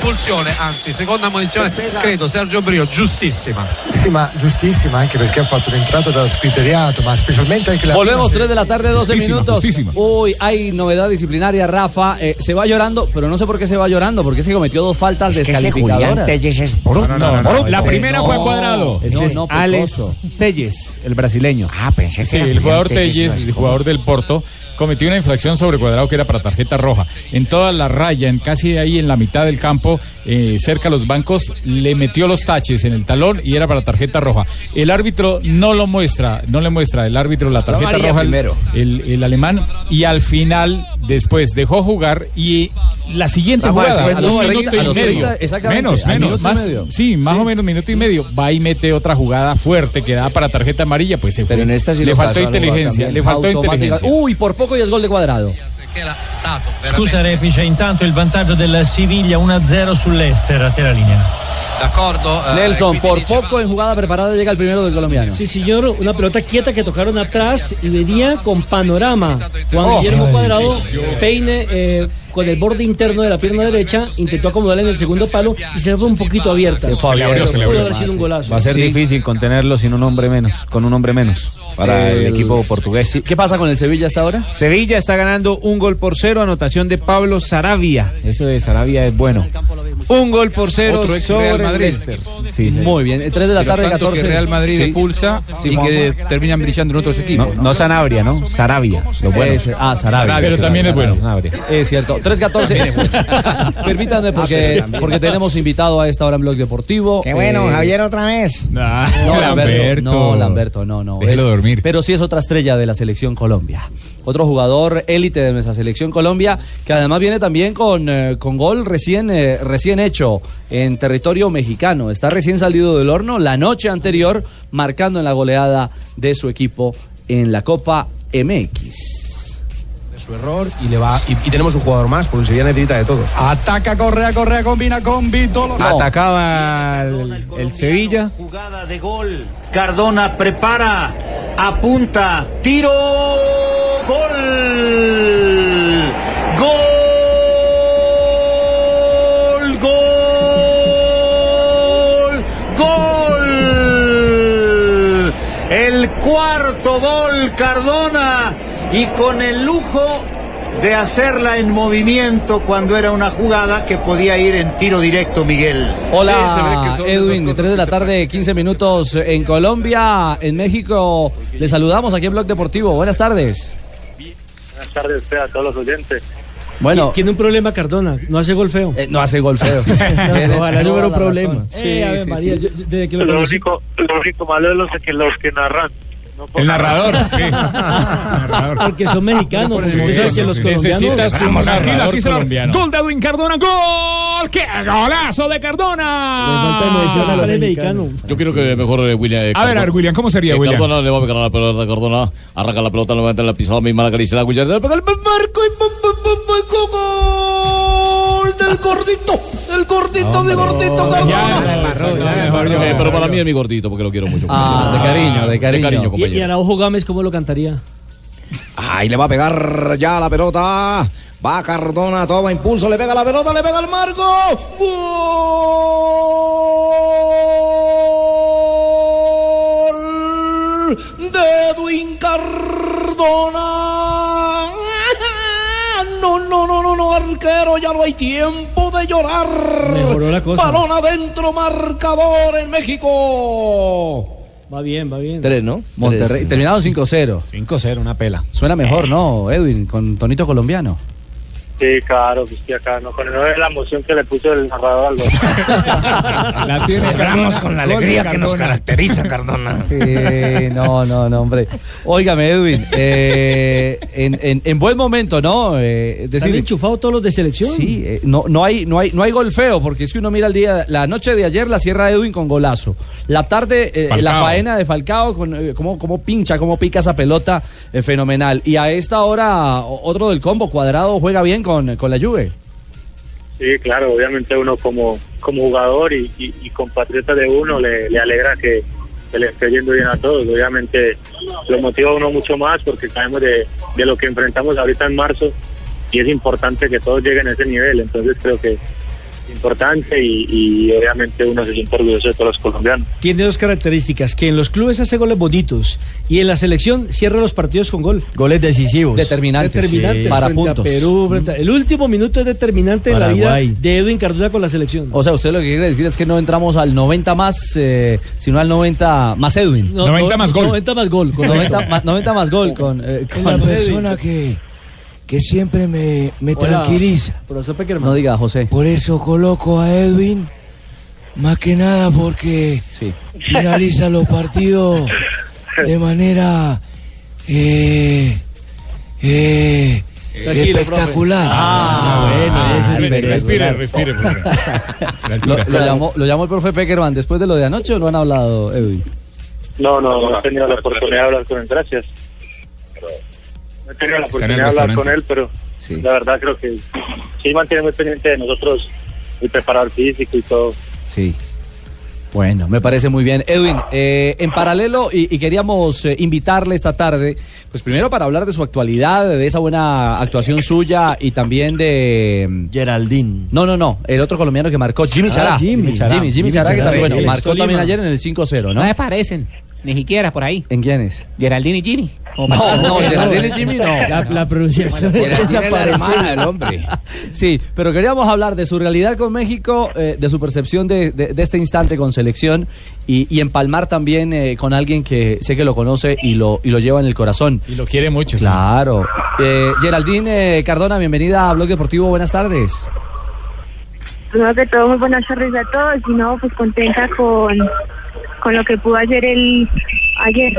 S3: Espulsione, anzi, seconda ammonizione, credo Sergio Brio, giustissima.
S26: Sì, ma giustissima anche perché ha fatto l'entrata da scriteriato, ma specialmente anche la
S4: Volvemos
S26: prima
S4: 3 de la tarde, 12
S26: Justísima,
S4: minutos.
S26: justísima.
S4: Uy, hay novedad disciplinaria, Rafa. eh, se va llorando, pero no sé por qué se va llorando, porque se cometió dos faltas
S19: que ese Julián
S4: descalificadoras.
S19: Telles es bruto.
S4: No, no, no, no,
S19: bruto.
S4: La primera fue a
S10: Cuadrado.
S4: Ese
S10: es
S4: no,
S10: Alex
S4: Pecoso.
S10: Telles, el brasileño.
S19: Ah, pensé
S10: que
S11: Sí, el jugador Telles, el jugador del Porto, cometió una infracción sobre cuadrado que era para tarjeta roja. En toda la raya, en casi ahí en la mitad del campo, eh, cerca a los bancos, le metió los taches en el talón y era para tarjeta roja. El árbitro no lo muestra, no le muestra el árbitro la tarjeta
S23: amarilla
S11: roja al-
S23: primero.
S11: El, el alemán y al final, después dejó jugar y la siguiente
S6: Rafa,
S11: jugada,
S6: después
S11: a
S6: no
S11: los
S6: arriesga-
S11: minuto
S6: a
S11: y
S6: los
S11: medio.
S6: treinta, exactamente,
S11: Menos,
S6: al
S11: menos.
S6: minuto y
S11: Más,
S6: medio.
S11: sí, más o menos minuto y medio. Va y mete otra jugada fuerte que da para tarjeta amarilla, pues se fue.
S21: Pero en esta sí
S11: le
S21: lo
S11: faltó
S21: pasó al jugador
S11: inteligencia,
S21: también.
S11: le faltó
S21: Automática.
S11: inteligencia.
S4: Uy, por poco y es gol de cuadrado.
S1: Scusa Repice, intanto il vantaggio del Siviglia 1-0 sull'Ester a terra linea.
S3: D'accordo?
S1: Ah,
S3: eh,
S4: Nelson,
S3: quindi
S4: por poco en jugada preparada llega el primero del colombiano.
S7: Sí, señor, una pelota quieta que tocaron atrás y venía con panorama. Juan
S4: Oh.
S7: Guillermo Cuadrado, peine eh, con el borde interno de la pierna derecha, intentó acomodarla en el segundo palo y se le fue un poquito abierta.
S10: Se fue
S7: Pero
S10: abierta, se le
S7: Pudo
S10: abrió.
S7: haber sido un golazo.
S10: Va a ser
S7: Sí.
S10: difícil contenerlo sin un hombre menos, con un hombre menos para el,
S4: El-
S10: equipo portugués.
S4: ¿Qué pasa con el Sevilla hasta ahora?
S10: Sevilla está ganando un gol por cero, anotación de Pablo Sarabia. Eso de Sarabia es bueno. Un gol por cero
S24: Otro ex
S10: sobre
S24: Real
S10: el
S24: Madrid.
S10: Leicester. Sí, sí.
S4: Muy bien, eh, tres de la
S24: Pero
S4: tarde,
S24: tanto
S4: 14.
S24: que Real Madrid
S4: Sí.
S24: expulsa
S4: Sí,
S24: y
S4: Juan.
S24: que terminan brillando en otros equipos.
S10: No, no Sanabria, ¿no? Sarabia. Lo bueno.
S4: Ese- ah, Sarabia.
S10: Pero
S4: Sí,
S10: también es
S4: Sarabia,
S10: bueno.
S4: Sarabia. Es cierto. 3-14. Permítanme porque, porque tenemos invitado a esta hora en Blog Deportivo.
S5: Ah, Qué bueno,
S4: Eh,
S5: Javier otra vez.
S4: No, Ah, Lamberto.
S6: Lamberto.
S4: No, Lamberto, no, no.
S6: Déjelo
S4: dormir. Pero sí es otra estrella de la selección Colombia. Otro jugador élite de nuestra selección Colombia, que además viene también con, eh, con gol recién, eh, recién hecho en territorio mexicano. Está recién salido del horno la noche anterior, marcando en la goleada de su equipo en la Copa MX.
S12: su error y le va y, y tenemos un jugador más porque el Sevilla necesita de todos. Ataca Correa, Correa combina con Vitolo.
S10: Atacaba el, el Sevilla.
S27: Jugada de gol. Cardona prepara, apunta, tiro, gol. Gol, gol, gol. El cuarto gol Cardona y con el lujo de hacerla en movimiento cuando era una jugada que podía ir en tiro directo Miguel.
S4: Hola, Edwin, 3 de la tarde, 15 minutos en Colombia, en México. Le saludamos aquí en Blog Deportivo. Buenas tardes.
S28: Buenas tardes a usted, a todos los oyentes.
S4: Bueno,
S7: Tiene un problema Cardona, no hace gol feo.
S4: Eh, no hace
S7: <laughs>
S4: gol feo.
S7: Ojalá yo hubiera un
S28: Toda la
S7: problema.
S28: razón.
S7: Eh, Ave
S28: <laughs>
S7: María, yo- yo- desde que me
S28: lo,
S7: conocí-
S28: único, lo único malo es los que, los que narran. No por-
S7: El narrador, sí. Porque son mexicanos.
S28: Por el
S7: porque usted sabe
S28: gobierno,
S7: que los
S28: sí.
S7: colombianos.
S28: Necesitas un
S7: Vamos,
S28: narrador
S7: tranquilo, aquí se lo-
S6: colombiano.
S7: ¡Gol!
S6: Gol de Edwin Cardona, gol. ¡Qué golazo de Cardona!
S2: Yo quiero que mejor eh, William. eh,
S6: A ver,
S2: Cardona.
S6: a ver, William, ¿cómo sería,
S2: Eh,
S6: William?
S2: Cardona le va a pegar a la pelota de Cardona. Arranca la pelota, levanta la pisada, misma la caricia, la cuchara. pega el
S27: Marco y pum, pum, pum, pum, pum, gol del gordito, del gordito, de gordito,
S2: Eh, pero para mí es mi gordito porque lo quiero mucho.
S7: Ah, de cariño,
S2: de cariño.
S7: Y, y
S2: compañero.
S7: Araujo Gámez, ¿cómo lo cantaría?
S5: Ahí le va a pegar ya la pelota. Va Cardona, toma impulso, le pega la pelota, le pega al marco.
S27: Gol de Edwin Cardona. No, no, no, no, no, arquero, ya no hay tiempo de llorar.
S7: Mejoró la cosa.
S27: Balón adentro, marcador en México.
S7: Va bien, va bien.
S4: Tres, ¿no? Monterrey. Terminado 5-0. 5-0, una pela. Eh. Suena mejor, ¿no, Edwin? Con tonito colombiano.
S28: Sí, claro, pues, que estoy acá, ¿no? Con el- la emoción que le puso el narrador al gol.
S4: <laughs>
S6: La
S4: Celebramos con la alegría que nos caracteriza,
S6: Cardona.
S4: Sí, no, no, no, hombre. Óigame, Edwin, eh, en, en- en buen momento, ¿no? Eh, es decir,
S7: ¿Están enchufados todos los de selección?
S4: Sí, eh, no, no, hay, no, hay, no hay gol feo, porque es que uno mira el día, la noche de ayer la cierra Edwin con golazo. La tarde, eh,
S23: Falcao.
S4: la faena de Falcao, con, eh, cómo, cómo pincha, cómo pica esa pelota, eh, fenomenal. Y a esta hora, o- otro del combo, Cuadrado juega bien con, con la Juve.
S28: Sí, claro, obviamente uno como, como jugador y, y, y compatriota de uno le, le alegra que, que le esté yendo bien a todos. Obviamente lo motiva a uno mucho más porque sabemos de, de lo que enfrentamos ahorita en marzo y es importante que todos lleguen a ese nivel. Entonces creo que es importante y, y obviamente uno se siente orgulloso de todos los colombianos.
S7: Tiene dos características, que en los clubes hace goles bonitos y en la selección cierra los partidos con gol.
S9: Goles decisivos.
S7: Determinantes.
S9: Sí.
S7: para puntos. Perú, frente a- El último minuto es determinante en la vida
S4: Paraguay.
S7: de Edwin Cardona con la selección.
S4: O sea, usted lo que quiere decir es que no entramos al 90 más, eh, sino al 90 más Edwin.
S7: No, 90 no, más gol. 90 más gol, correcto.
S4: 90 más, 90 Ah, más gol con, eh,
S14: Es
S4: con
S14: la
S4: Edwin.
S14: persona que, que siempre me, me
S4: Hola,
S14: tranquiliza.
S7: profesor
S4: No diga, José.
S14: Por eso coloco a Edwin, más que nada porque
S4: Sí.
S14: finaliza los partidos de manera eh, eh, Tranquilo, Espectacular. profe. Ah, bueno, eso es
S4: espectacular.
S14: respire,
S4: <laughs>
S6: respire,
S4: Lo, lo llamó, lo llamó el profe Peckerman después de lo de anoche o no han hablado, Edwin?
S28: No, no, no he tenido la oportunidad de hablar con él, gracias. No he tenido la
S4: Está en
S28: oportunidad
S4: el
S28: de hablar
S4: restaurante.
S28: con él, pero la verdad creo que sí mantiene muy pendiente de nosotros, el preparador físico y todo.
S4: Sí. Bueno, me parece muy bien. Edwin, eh, en paralelo, y, y queríamos eh, invitarle esta tarde, pues primero para hablar de su actualidad, de esa buena actuación suya y también de... Geraldine. No, no, no, el otro colombiano que marcó, Jimmy
S21: Ah,
S4: Chará.
S21: Jimmy.
S4: Jimmy, Chará, Jimmy,
S21: Jimmy
S4: Chará, que
S21: Chará,
S4: también,
S21: el
S4: bueno,
S21: ex
S4: marcó
S21: Tolima.
S4: también ayer en el 5-0,
S21: No
S4: ¿no?
S21: me parecen, ni siquiera por ahí.
S4: ¿En quiénes?
S21: Geraldine y Jimmy. O
S4: No,
S21: Marco.
S4: no, Geraldine y Jimmy no.
S9: La, la pronunciación
S4: Bueno,
S9: es
S4: Geraldine es la hermana del
S9: desaparecida.
S4: hombre. Sí, pero queríamos hablar de su realidad con México, eh, de su percepción de, de- de este instante con selección y, y empalmar también eh, con alguien que sé que lo conoce y lo, y lo lleva en el corazón. Y lo quiere mucho. Claro. Eh, Geraldine eh, Cardona, bienvenida a Blog Deportivo, buenas tardes.
S18: Primero que todo, muy buenas tardes a todos y no, pues contenta con, con lo que pudo hacer el ayer.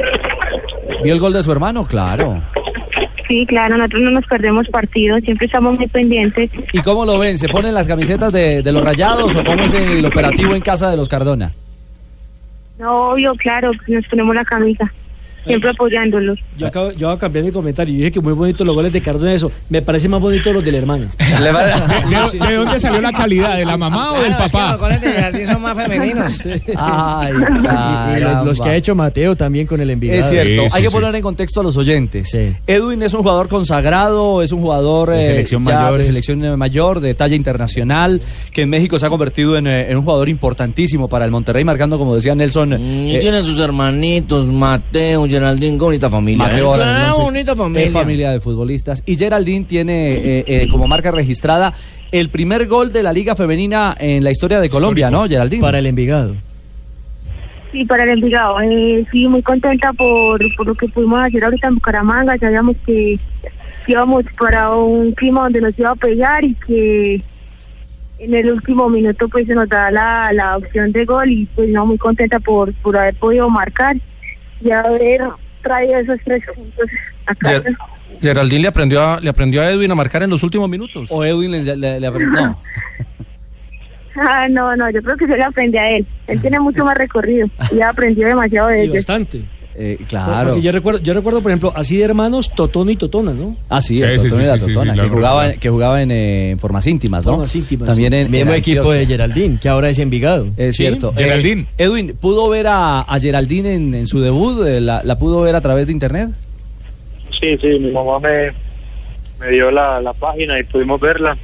S4: ¿Vio el gol de su hermano? Claro.
S18: Sí, claro, nosotros no nos perdemos partidos, siempre estamos muy pendientes.
S4: ¿Y cómo lo ven? ¿Se ponen las camisetas de, de los rayados o cómo es el operativo en casa de los Cardona?
S18: No, obvio, claro, nos ponemos la camisa, siempre apoyándolos.
S7: Yo acabo, yo acabo de cambiar mi comentario. Yo dije que muy bonitos los goles de Cardona. Eso me parece más bonito los del hermano. <laughs>
S6: ¿De, de- de dónde salió la calidad? ¿De la mamá o del papá?
S5: goles de Jardín son más femeninos. <laughs>
S4: Ay,
S9: Y- y los, los que ha hecho Mateo también con el Envigado.
S4: Es cierto, hay que poner en contexto a los oyentes. Edwin es un jugador consagrado, es un jugador
S10: De
S4: eh,
S10: selección
S4: ya de
S10: mayores.
S4: selección eh, mayor, de talla internacional, que en México se ha convertido en, eh, en un jugador importantísimo para el Monterrey, marcando, como decía Nelson. eh,
S19: Y tiene sus hermanitos, Mateo, Geraldine, qué bonita familia.
S4: Mateo
S19: ¿eh?
S4: Arango,
S19: Claro,
S4: no sé,
S19: bonita
S4: es
S19: familia.
S4: familia de futbolistas. Y Geraldine tiene eh, eh, como marca registrada el primer gol de la Liga Femenina en la historia de Colombia, ¿no, Geraldine? Para
S9: el Envigado.
S18: Sí, para el Envigado, eh, sí, muy contenta por, por lo que pudimos hacer ahorita en Bucaramanga, sabíamos que íbamos para un clima donde nos iba a pegar y que en el último minuto pues se nos da la, la opción de gol y pues no, muy contenta por, por haber podido marcar y haber traído esos tres puntos <laughs> a casa.
S8: Ger- Geraldine le aprendió, a, le aprendió a Edwin a marcar en los últimos minutos.
S4: O Edwin le, aprendió.
S18: Ah, no, no, yo creo que yo le aprendí a él. Él tiene mucho más recorrido y ha aprendido demasiado de
S7: Y
S18: ellos.
S7: bastante.
S4: Eh, claro.
S7: Eh, Porque yo recuerdo, yo recuerdo, por ejemplo, así de hermanos, Totono y Totona, ¿no?
S4: Ah, sí, el Totón y la Totona, que, jugaba, que jugaba en eh, formas íntimas, ¿no?
S7: Formas íntimas,
S4: También
S7: sí.
S4: en
S7: Mismo
S4: en
S7: equipo
S4: Antioquia.
S9: De Geraldine, que ahora es Envigado.
S4: Es cierto. Eh, Edwin, ¿pudo ver a, a Geraldine en, en su debut? Eh, ¿La, la pudo ver a través de internet?
S28: Sí, sí, mi mamá me, me dio la, la página y pudimos verla.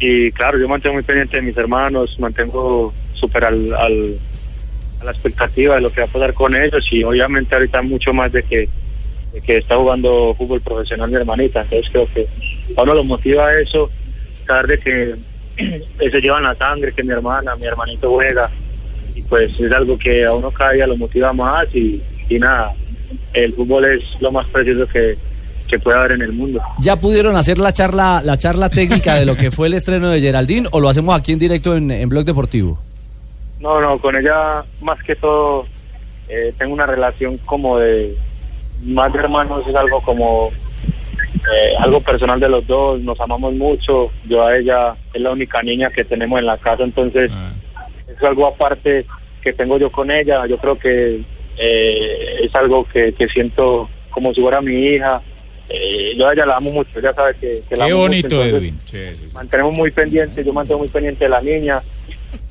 S28: Y claro, yo mantengo muy pendiente de mis hermanos, mantengo súper al, al- a la expectativa de lo que va a pasar con ellos y obviamente ahorita mucho más de que, de que está jugando fútbol profesional mi hermanita. Entonces creo que a uno lo motiva eso, saber de que <clears throat> que se llevan la sangre, que mi hermana, mi hermanito juega. Y pues es algo que a uno cada día lo motiva más y, y nada, el fútbol es lo más precioso que, que puede haber en el mundo.
S4: ¿Ya pudieron hacer la charla, la charla técnica de lo que fue el estreno de Geraldine o lo hacemos aquí en directo en, en Blog Deportivo?
S28: No, no, con ella más que todo eh, tengo una relación como de más de hermanos, es algo como eh, algo personal de los dos, nos amamos mucho, yo a ella es la única niña que tenemos en la casa, entonces
S6: Ah.
S28: es algo aparte que tengo yo con ella, yo creo que eh, es algo que, que siento como si fuera mi hija, Eh, yo a ella la amo mucho, ella sabe que, que la
S6: Qué
S28: amo mucho,
S6: bonito,
S28: entonces,
S6: Edwin. Sí, sí.
S28: mantenemos muy pendiente, yo mantengo muy pendiente de la niña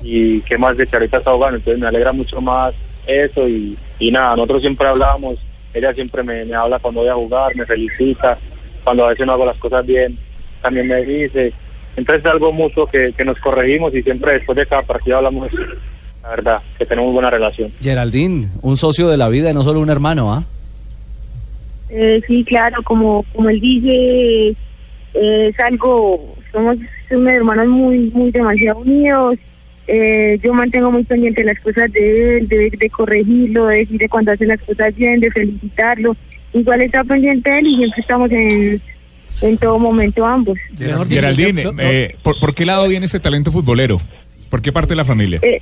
S28: y qué más de que ahorita está jugando, entonces me alegra mucho más eso y, y nada, nosotros siempre hablábamos, ella siempre me, me habla cuando voy a jugar, me felicita, cuando a veces no hago las cosas bien, también me dice, entonces es algo mutuo que, que nos corregimos y siempre después de cada partido hablamos, la verdad, que tenemos buena relación.
S4: Geraldine, un socio de la vida y no solo un hermano, ¿ah?
S18: Eh, sí, claro, como, como él dice, eh, es algo, somos unos hermanos muy, muy demasiado unidos. Eh, yo mantengo muy pendiente las cosas de él, de, de corregirlo, de decirle cuando hace las cosas bien, de felicitarlo. Igual está pendiente de él y siempre estamos en, en todo momento ambos.
S6: Geraldine, eh, ¿por, por qué lado viene ese talento futbolero? ¿Por qué parte de la familia?
S18: Eh,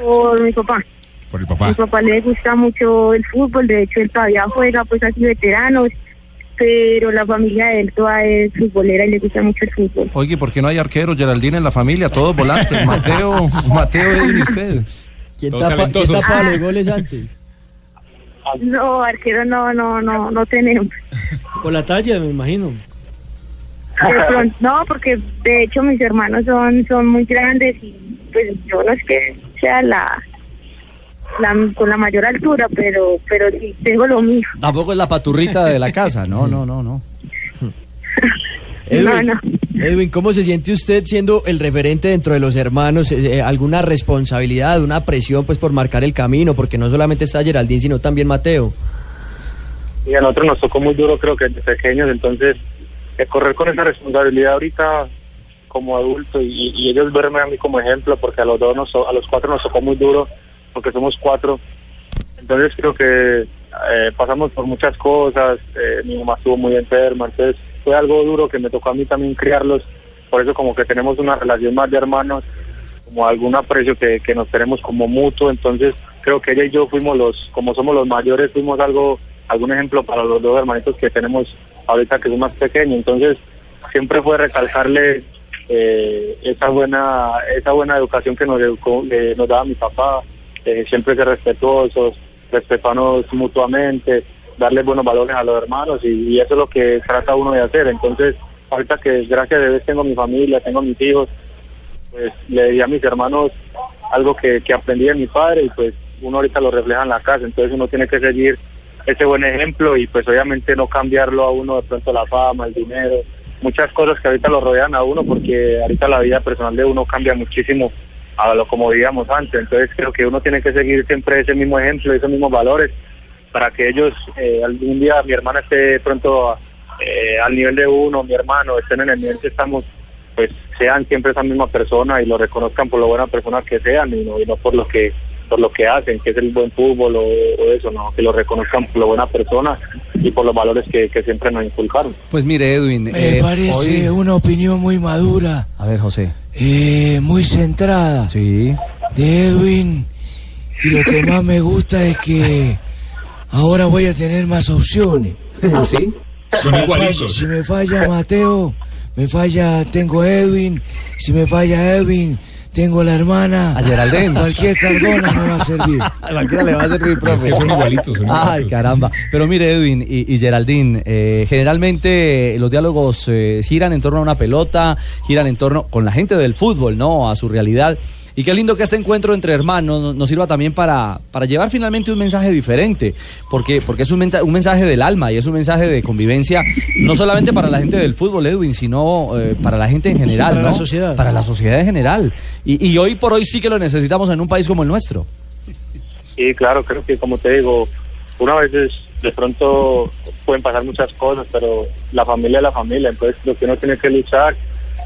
S18: por mi papá.
S6: Por el
S18: Mi
S6: papá.
S18: papá le gusta mucho el fútbol, de hecho él todavía juega, pues así veteranos. pero la familia de él toda es futbolera y le gusta mucho el fútbol.
S8: Oye, ¿por qué no hay arquero Geraldine en la familia? Todos volantes. Mateo, Mateo, Edwin y usted.
S9: ¿Quién tapa, quién
S18: <laughs>
S9: tapa los goles antes?
S18: Ah. No, arquero no, no, no, no tenemos.
S7: Por la talla, me imagino.
S18: De pronto- no, porque de hecho mis hermanos son, son muy grandes y pues yo no es que sea la, la con la mayor altura, pero, pero sí tengo lo mío.
S4: Tampoco es la paturrita de la casa, no, no, no, no.
S9: Edwin, Edwin, ¿cómo se siente usted siendo el referente dentro de los hermanos? Eh, eh, ¿Alguna responsabilidad, una presión pues por marcar el camino? Porque no solamente está Geraldine, sino también Mateo.
S28: y a nosotros nos tocó muy duro creo que desde pequeños, entonces eh, correr con esa responsabilidad ahorita como adulto y, y ellos verme a mí como ejemplo porque a los dos nos, to- a los cuatro nos tocó muy duro porque somos cuatro entonces creo que eh, pasamos por muchas cosas eh, mi mamá estuvo muy enferma entonces fue algo duro que me tocó a mí también criarlos por eso como que tenemos una relación más de hermanos como algún aprecio que, que nos tenemos como mutuo entonces creo que ella y yo fuimos los como somos los mayores fuimos algo algún ejemplo para los dos hermanitos que tenemos ahorita que son más pequeños entonces siempre fue recalcarle eh, esa buena esa buena educación que nos educó- que nos daba mi papá eh, siempre ser respetuosos respetarnos mutuamente darle buenos valores a los hermanos y, y eso es lo que trata uno de hacer entonces ahorita que gracias a Dios tengo mi familia tengo mis hijos pues le di a mis hermanos algo que, que aprendí de mi padre y pues uno ahorita lo refleja en la casa entonces uno tiene que seguir ese buen ejemplo y pues obviamente no cambiarlo a uno de pronto la fama, el dinero, muchas cosas que ahorita lo rodean a uno porque ahorita la vida personal de uno cambia muchísimo a lo como vivíamos antes, entonces creo que uno tiene que seguir siempre ese mismo ejemplo, esos mismos valores para que ellos eh, algún día mi hermana esté pronto eh, al nivel de uno, mi hermano estén en el nivel que estamos, pues sean siempre esa misma persona y lo reconozcan por lo buena persona que sean y no, y no por lo que por lo que hacen, que es el buen fútbol o, o eso, no, que lo reconozcan por lo buena persona y por los valores que, que siempre nos inculcaron.
S4: Pues mire, Edwin.
S14: Me
S4: eh,
S14: parece
S4: hoy-
S14: una opinión muy madura.
S4: A ver, José.
S14: eh, muy centrada
S4: Sí.
S14: de Edwin. Y lo que más me gusta es que ahora voy a tener más opciones.
S4: <laughs> ¿Ah, sí?
S14: Si
S4: Son
S14: me
S4: igualitos.
S14: falla- si me falla Mateo, me falla, tengo a Edwin. Si me falla Edwin, tengo la hermana.
S4: A Geraldine.
S14: Cualquier Cardona me va a servir.
S4: A <laughs> cualquiera le va a servir, profe. Ay, caramba. Pero mire, Edwin y, y Geraldine, eh, generalmente eh, los diálogos eh, giran en torno a una pelota, giran en torno con la gente del fútbol, ¿no? A su realidad. Y qué lindo que este encuentro entre hermanos nos- nos sirva también para, para llevar finalmente un mensaje diferente, porque, porque es un, menta- un mensaje del alma y es un mensaje de convivencia, no solamente para la gente del fútbol, Edwin, sino eh, para la gente en general.
S7: Para la
S4: ¿no?
S7: sociedad.
S4: Para la sociedad en general. Y- y hoy por hoy sí que lo necesitamos en un país como el nuestro.
S28: Sí, claro, creo que como te digo, una vez de pronto pueden pasar muchas cosas, pero la familia es la familia, entonces lo que uno tiene que luchar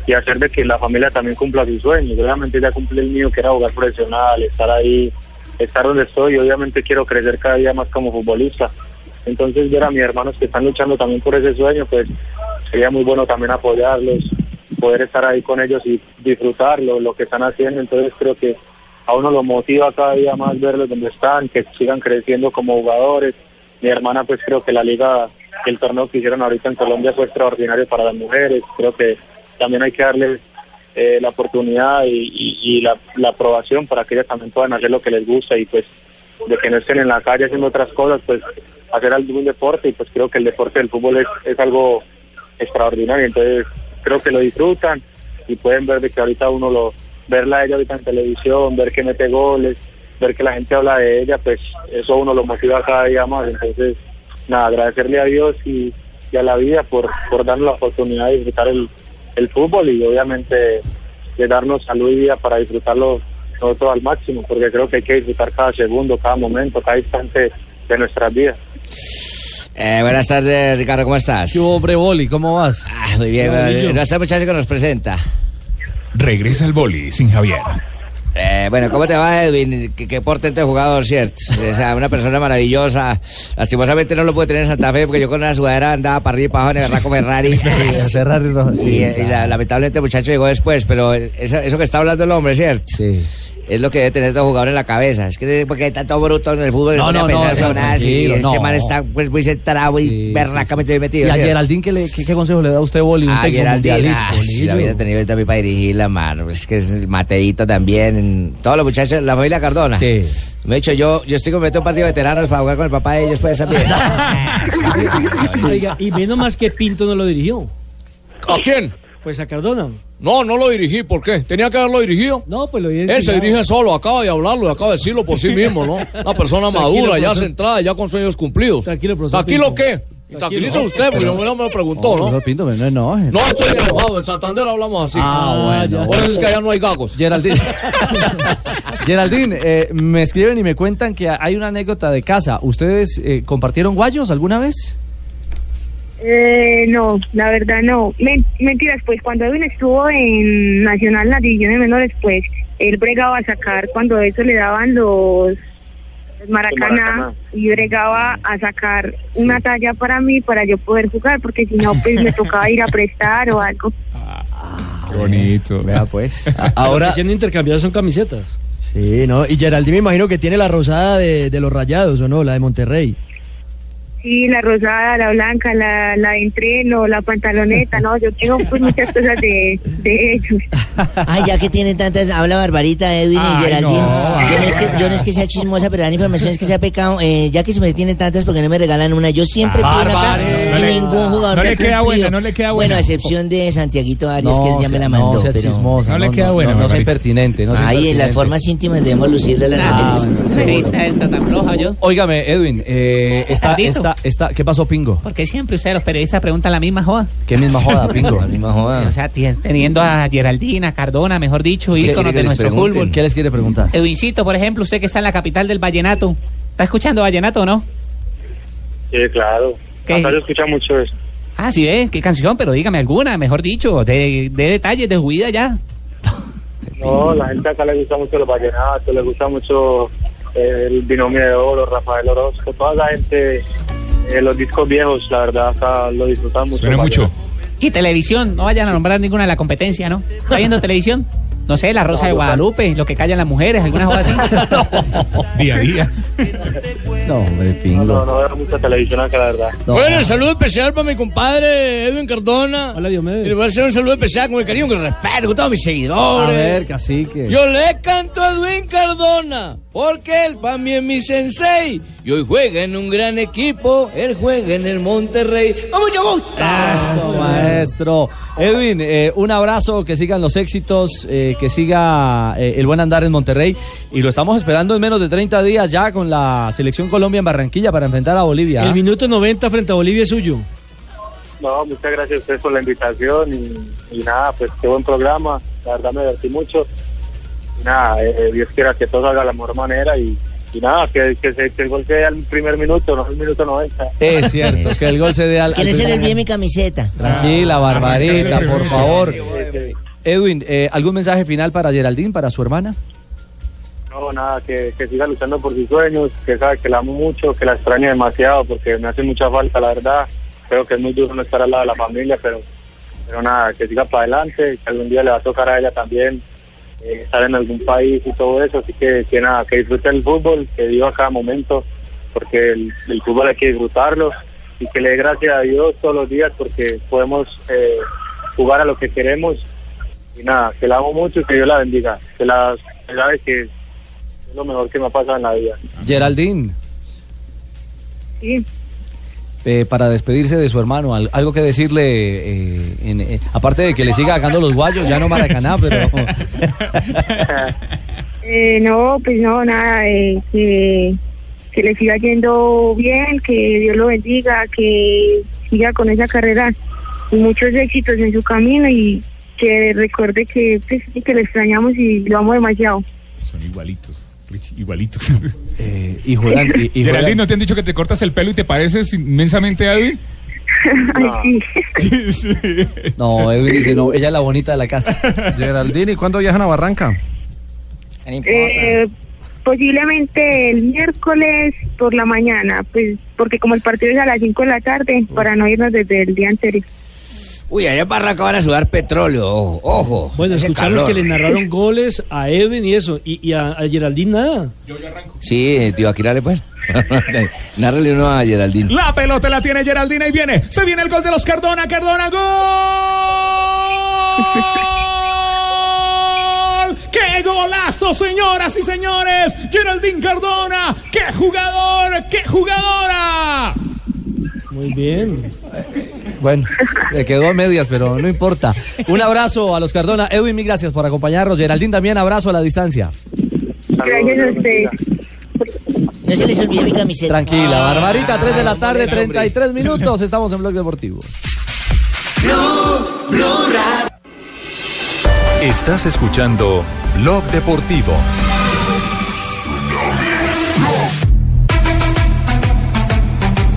S28: y hacer de que la familia también cumpla sus sueños. Yo, Obviamente ya cumplí el mío, que era jugar profesional, estar ahí, estar donde estoy, y obviamente quiero crecer cada día más como futbolista. Entonces ver a mis hermanos que están luchando también por ese sueño, pues sería muy bueno también apoyarlos, poder estar ahí con ellos y disfrutar lo, lo que están haciendo. Entonces creo que a uno lo motiva cada día más verlos donde están, que sigan creciendo como jugadores. Mi hermana, pues creo que la liga, el torneo que hicieron ahorita en Colombia fue extraordinario para las mujeres. Creo que también hay que darles eh, la oportunidad y, y- y la, la aprobación para que ellas también puedan hacer lo que les gusta y pues de que no estén en la calle haciendo otras cosas, pues hacer algún deporte y pues creo que el deporte del fútbol es, es algo extraordinario. Entonces creo que lo disfrutan y pueden ver de que ahorita uno lo, verla a ella ahorita en televisión, ver que mete goles, ver que la gente habla de ella, pues eso a uno lo motiva cada día más. Entonces, nada, agradecerle a Dios y, y a la vida por, por darnos la oportunidad de disfrutar el, el fútbol y obviamente de darnos salud y vida para disfrutarlo nosotros al máximo, porque creo que hay que disfrutar cada segundo, cada momento, cada instante de nuestras vidas.
S5: Eh, buenas tardes, Ricardo, ¿cómo estás? Yo,
S4: hombre, Boli, ¿cómo vas?
S5: muy bien,
S4: Hola,
S5: bueno,
S4: Lillo.
S5: nuestra muchacha que nos presenta.
S6: Regresa el boli sin Javier.
S5: Eh, bueno, ¿cómo te va, Edwin? Qué, qué portento jugador, ¿cierto? O sea, una persona maravillosa. Lastimosamente no lo pude tener en Santa Fe porque yo con una sudadera andaba para arriba y para abajo en el berraco
S4: <laughs>
S5: Ferrari.
S4: Ferrari rojo, sí,
S5: y, eh, y la- lamentablemente el muchacho llegó después, pero eso, eso que está hablando el hombre, ¿cierto?
S4: Sí.
S5: es lo que debe tener todo jugador en la cabeza. Es que porque hay tanto bruto en el fútbol
S4: No,
S5: que
S4: no,
S5: pone a pensar
S4: no, no,
S5: huevonadas y
S4: tranquilo,
S5: este
S4: no.
S5: man está pues, muy centrado y berracamente metido.
S4: ¿Y a
S5: ¿cierto?
S4: Geraldine qué, le- qué- qué consejo le da a usted, Boli? Un
S5: Ah,
S4: técnico
S5: Geraldine,
S4: mundialista,
S5: ah, si la
S4: Bolillo.
S5: hubiera tenido también para dirigir la mano. Es que es el Mateito también. Todos los muchachos, la familia Cardona. Sí. Me he dicho, yo, yo estoy cometiendo un partido de veteranos para jugar con el papá de ellos, pues
S7: <laughs>
S5: también.
S7: Oiga, y menos más que Pinto no lo dirigió.
S25: ¿A quién?
S7: Pues a Cardona.
S25: No, no lo dirigí. ¿Por qué? ¿Tenía que haberlo dirigido?
S7: No, pues lo dirigí.
S25: Él se dirige solo, acaba de hablarlo y acaba de decirlo por sí mismo, ¿no? Una persona
S7: Tranquilo,
S25: madura, ya
S7: profesor.
S25: centrada, ya con sueños cumplidos. Tranquilo,
S7: profesor
S25: ¿Tranquilo
S7: Pinto.
S25: qué? Tranquiliza usted, porque no me lo- me lo preguntó, ¿no?
S4: Profesor Pinto, pero no enoje.
S25: No estoy enojado, en Santander hablamos así.
S4: Ah, bueno.
S25: Por eso es que allá no hay gagos.
S4: Geraldine. Geraldine, eh, me escriben y me cuentan que hay una anécdota de casa. ¿Ustedes eh, compartieron guayos alguna vez?
S18: Eh, no, la verdad no. Men- mentiras, pues cuando Edwin estuvo en Nacional, en las divisiones menores, pues él bregaba a sacar cuando eso le daban los, los maracaná,
S28: maracaná.
S18: y bregaba a sacar una talla para mí para yo poder jugar, porque si no, pues me tocaba ir a prestar o algo.
S25: Qué bonito.
S7: <laughs>
S4: Vea, pues.
S7: Ahora. Lo que sí han intercambiado son camisetas.
S9: Sí, ¿no? Y Geraldine me imagino que tiene la rosada de, de los rayados, ¿o no? La de Monterrey.
S18: Sí, la rosada, la blanca, la, la de entreno, la pantaloneta, no, yo tengo pues muchas cosas de, de ellos.
S19: Ay, ya que tienen tantas, habla Barbarita, Edwin
S18: Ay,
S19: y Geraldine.
S18: no,
S19: yo, no es que, yo no es que sea chismosa, pero la información es que sea pecado. Eh, ya que se me tienen tantas, porque no me regalan una? Yo siempre pido una acá
S5: Barbarita.
S19: y ningún jugador
S5: No
S19: me
S5: le
S19: ha
S5: queda
S19: cumplido.
S5: buena, no le queda
S19: Bueno,
S5: buena.
S19: a excepción de Santiaguito Arias,
S4: No,
S19: Ah, que él ya me
S4: sea-
S19: la mandó.
S4: no sea
S19: pero...
S4: chismosa, No le no, queda no, buena, no sea Barbarita. impertinente, no sea
S19: Ay, en las
S4: impertinente.
S19: formas íntimas debemos lucirle a las
S4: Ah,
S19: mujeres.
S21: Esta está tan floja yo.
S4: Óigame, Edwin, eh, esta,
S21: Tardito.
S4: esta, esta, ¿qué pasó, Pingo?
S21: Porque siempre ustedes los periodistas preguntan la misma joda.
S4: ¿Qué misma
S21: <laughs>
S19: <laughs>
S4: joda, Pingo? La
S19: misma joda.
S21: O sea, ti- teniendo a Geraldina, a Cardona, mejor dicho, íconos de nuestro fútbol.
S4: ¿Qué les quiere preguntar?
S21: Edwincito, por ejemplo, usted que está en la capital del vallenato. ¿Está escuchando vallenato o no?
S28: Sí, claro. Acá se escucha mucho eso.
S21: Ah, sí, ¿eh? ¿Qué canción? Pero dígame alguna, mejor dicho, de, de detalles de su vida ya.
S28: No, la gente acá le gusta mucho los vallenatos, le gusta mucho eh, el binomio de oro, Rafael Orozco, toda la gente, eh, los discos viejos, la verdad, acá lo disfrutan mucho.
S6: Suena mucho.
S21: Y televisión, no vayan a nombrar ninguna de la competencia, ¿no? ¿Está viendo televisión? No sé, La Rosa de Guadalupe, Lo que callan las mujeres, alguna joda así.
S6: <laughs> Día a día.
S4: No, hombre, Pingo.
S28: No, no veo mucha televisión acá, la verdad.
S2: Bueno, el saludo especial para mi compadre Edwin Cardona. Hola, Diomedes. Y le voy a hacer un saludo especial con el cariño, con el respeto, con todos mis
S4: A
S2: seguidores.
S4: ver, cacique.
S2: Yo le canto a Edwin Cardona, porque él para mí es mi sensei. Y hoy juega en un gran equipo, él juega en el Monterrey. ¡A mucho gusto!
S4: Eso, maestro. Edwin, eh, un abrazo, que sigan los éxitos, eh, que siga eh, el buen andar en Monterrey. Y lo estamos esperando en menos de 30 días ya con la selección Colombia en Barranquilla para enfrentar a Bolivia. ¿ah?
S7: El minuto 90 frente a Bolivia es suyo.
S28: No, muchas gracias a ustedes por la invitación y, y nada, pues qué buen programa, la verdad me divertí mucho. Y nada, eh, Dios quiera que todo salga de la mejor manera y, y nada, que, que, se, que el gol quede al primer minuto, no al minuto 90.
S4: Es cierto, que el gol se dé al. al
S19: ¿Quién se le
S4: primer-
S19: envió mi camiseta?
S7: Ah,
S4: Tranquila, Barbarita, por favor.
S28: Eh,
S4: Edwin, eh, ¿algún mensaje final para Geraldine, para su hermana?
S28: No, nada, que, que siga luchando por sus sueños, que sabe que la amo mucho, que la extraño demasiado porque me hace mucha falta, la verdad. Creo que es muy duro no estar al lado de la familia, pero, pero nada, que siga para adelante, que algún día le va a tocar a ella también eh, estar en algún país y todo eso. Así que, que nada, que disfrute el fútbol, que viva cada momento, porque el, el fútbol hay que disfrutarlo y que le dé gracias a Dios todos los días porque podemos eh, jugar a lo que queremos. Y nada, que la amo mucho y que Dios la bendiga. Que la, que sabe que es lo mejor que me ha pasado en la vida.
S4: Geraldine,
S28: Sí,
S4: eh, para despedirse de su hermano, al- algo que decirle, eh, en- eh, aparte de que le siga sacando los guayos, ya no Maracaná,
S7: <laughs>
S4: pero
S18: Eh, no, pues no, nada, eh, que, que le siga yendo bien, que Dios lo bendiga, que siga con esa carrera y muchos éxitos en su camino y que recuerde que, pues, sí, que lo extrañamos y lo amo demasiado.
S6: <laughs> Son igualitos. Rich, <laughs> igualitos.
S4: Eh, y
S6: juegan.
S4: y- y juegan-
S6: ¿no te han dicho que te cortas el pelo y te pareces inmensamente a Edwin?
S4: <laughs> No, Edwin dice, no, ella es la bonita de la casa. <laughs> Geraldine, ¿y cuándo viajan a Barranca?
S18: Eh, posiblemente el miércoles por la mañana, pues porque como el partido es a las 5 de la tarde, para no irnos desde el día anterior.
S5: Uy, allá en Barranca van a sudar petróleo, ojo. ojo
S7: Bueno,
S5: ese
S7: escuchamos
S5: calor.
S7: que le narraron goles a Edwin y eso, y, y a, a Geraldine nada.
S5: Sí, tío, aquí dale, pues. <laughs> Nárrale uno a Geraldine.
S6: La pelota la tiene Geraldina y viene. Se viene el gol de los Cardona. Cardona, gol. <laughs> ¡Qué golazo, señoras y señores! Geraldine Cardona. ¡Qué jugador! ¡Qué jugadora!
S7: Muy bien.
S4: Bueno, le quedó a medias, pero no importa. Un abrazo a los Cardona. Edwin, mil gracias por acompañarnos. Geraldine también, abrazo a la distancia.
S18: Gracias a ustedes.
S19: No se les olvide mi camiseta.
S4: Tranquila, Barbarita, 3 de la tarde, 33 minutos. Estamos en Blog
S7: <laughs>
S4: Deportivo.
S11: Estás escuchando Blog Deportivo.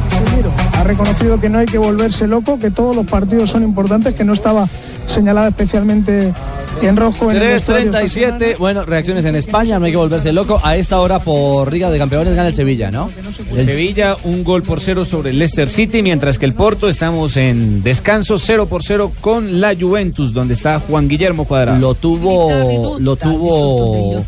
S15: Casemiro. Ha reconocido que no hay que volverse loco, que todos los partidos son importantes, que no estaba señalada especialmente en rojo en el vestuario esta semana.
S4: 3.37, bueno, reacciones en España, no hay que volverse loco. A esta hora por Liga de Campeones gana el Sevilla, ¿no?
S10: El Sevilla, un gol por cero sobre el Leicester City, mientras que el Porto estamos en descanso, cero por cero con la Juventus, donde está Juan Guillermo Cuadrado.
S4: Lo tuvo, lo tuvo,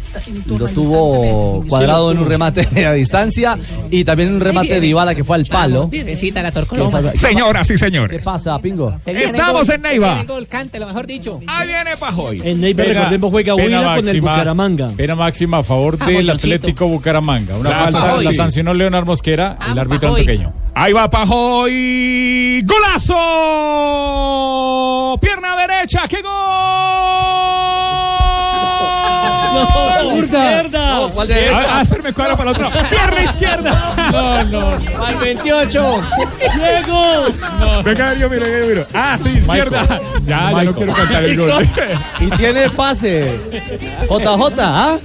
S4: lo tuvo cuadrado en un remate a distancia y también <laughs> un remate de Ibala que fue al palo.
S21: Pesita la
S4: ¿Qué
S21: torcoma.
S4: pasa? Señoras
S6: y señores.
S4: ¿Qué pasa, Pingo?
S21: Se viene el
S6: Estamos
S21: gol,
S6: en Neiva.
S21: se viene el gol, cántelo, mejor dicho.
S6: Ahí viene Pajoy.
S7: En Neiva,
S6: Pena-
S7: recordemos, juega
S6: pena
S7: Huila con el
S6: máxima.
S7: Bucaramanga.
S6: Pena máxima a favor
S7: Ah,
S6: del
S7: Boyoncito.
S6: Atlético Bucaramanga. Una
S7: Ah,
S6: falta
S7: Pajoy.
S6: la sancionó Leonard Mosquera, el árbitro Ah, Pajoy. antioqueño. Ahí va Pajoy. ¡Golazo! Pierna derecha, ¡qué gol!
S7: No, izquierda. No, ¿cuál de
S6: Ah,
S7: esa?
S6: ah, espérame, cuadra para el otro. ¡Pierna izquierda! No, no. ¡Al 28!
S7: ¡Diego!
S6: Venga, yo miro, yo miro. Ah, sí, izquierda. Ya, ya no quiero cantar el gol.
S4: Y tiene pase. JJ, ¿ah?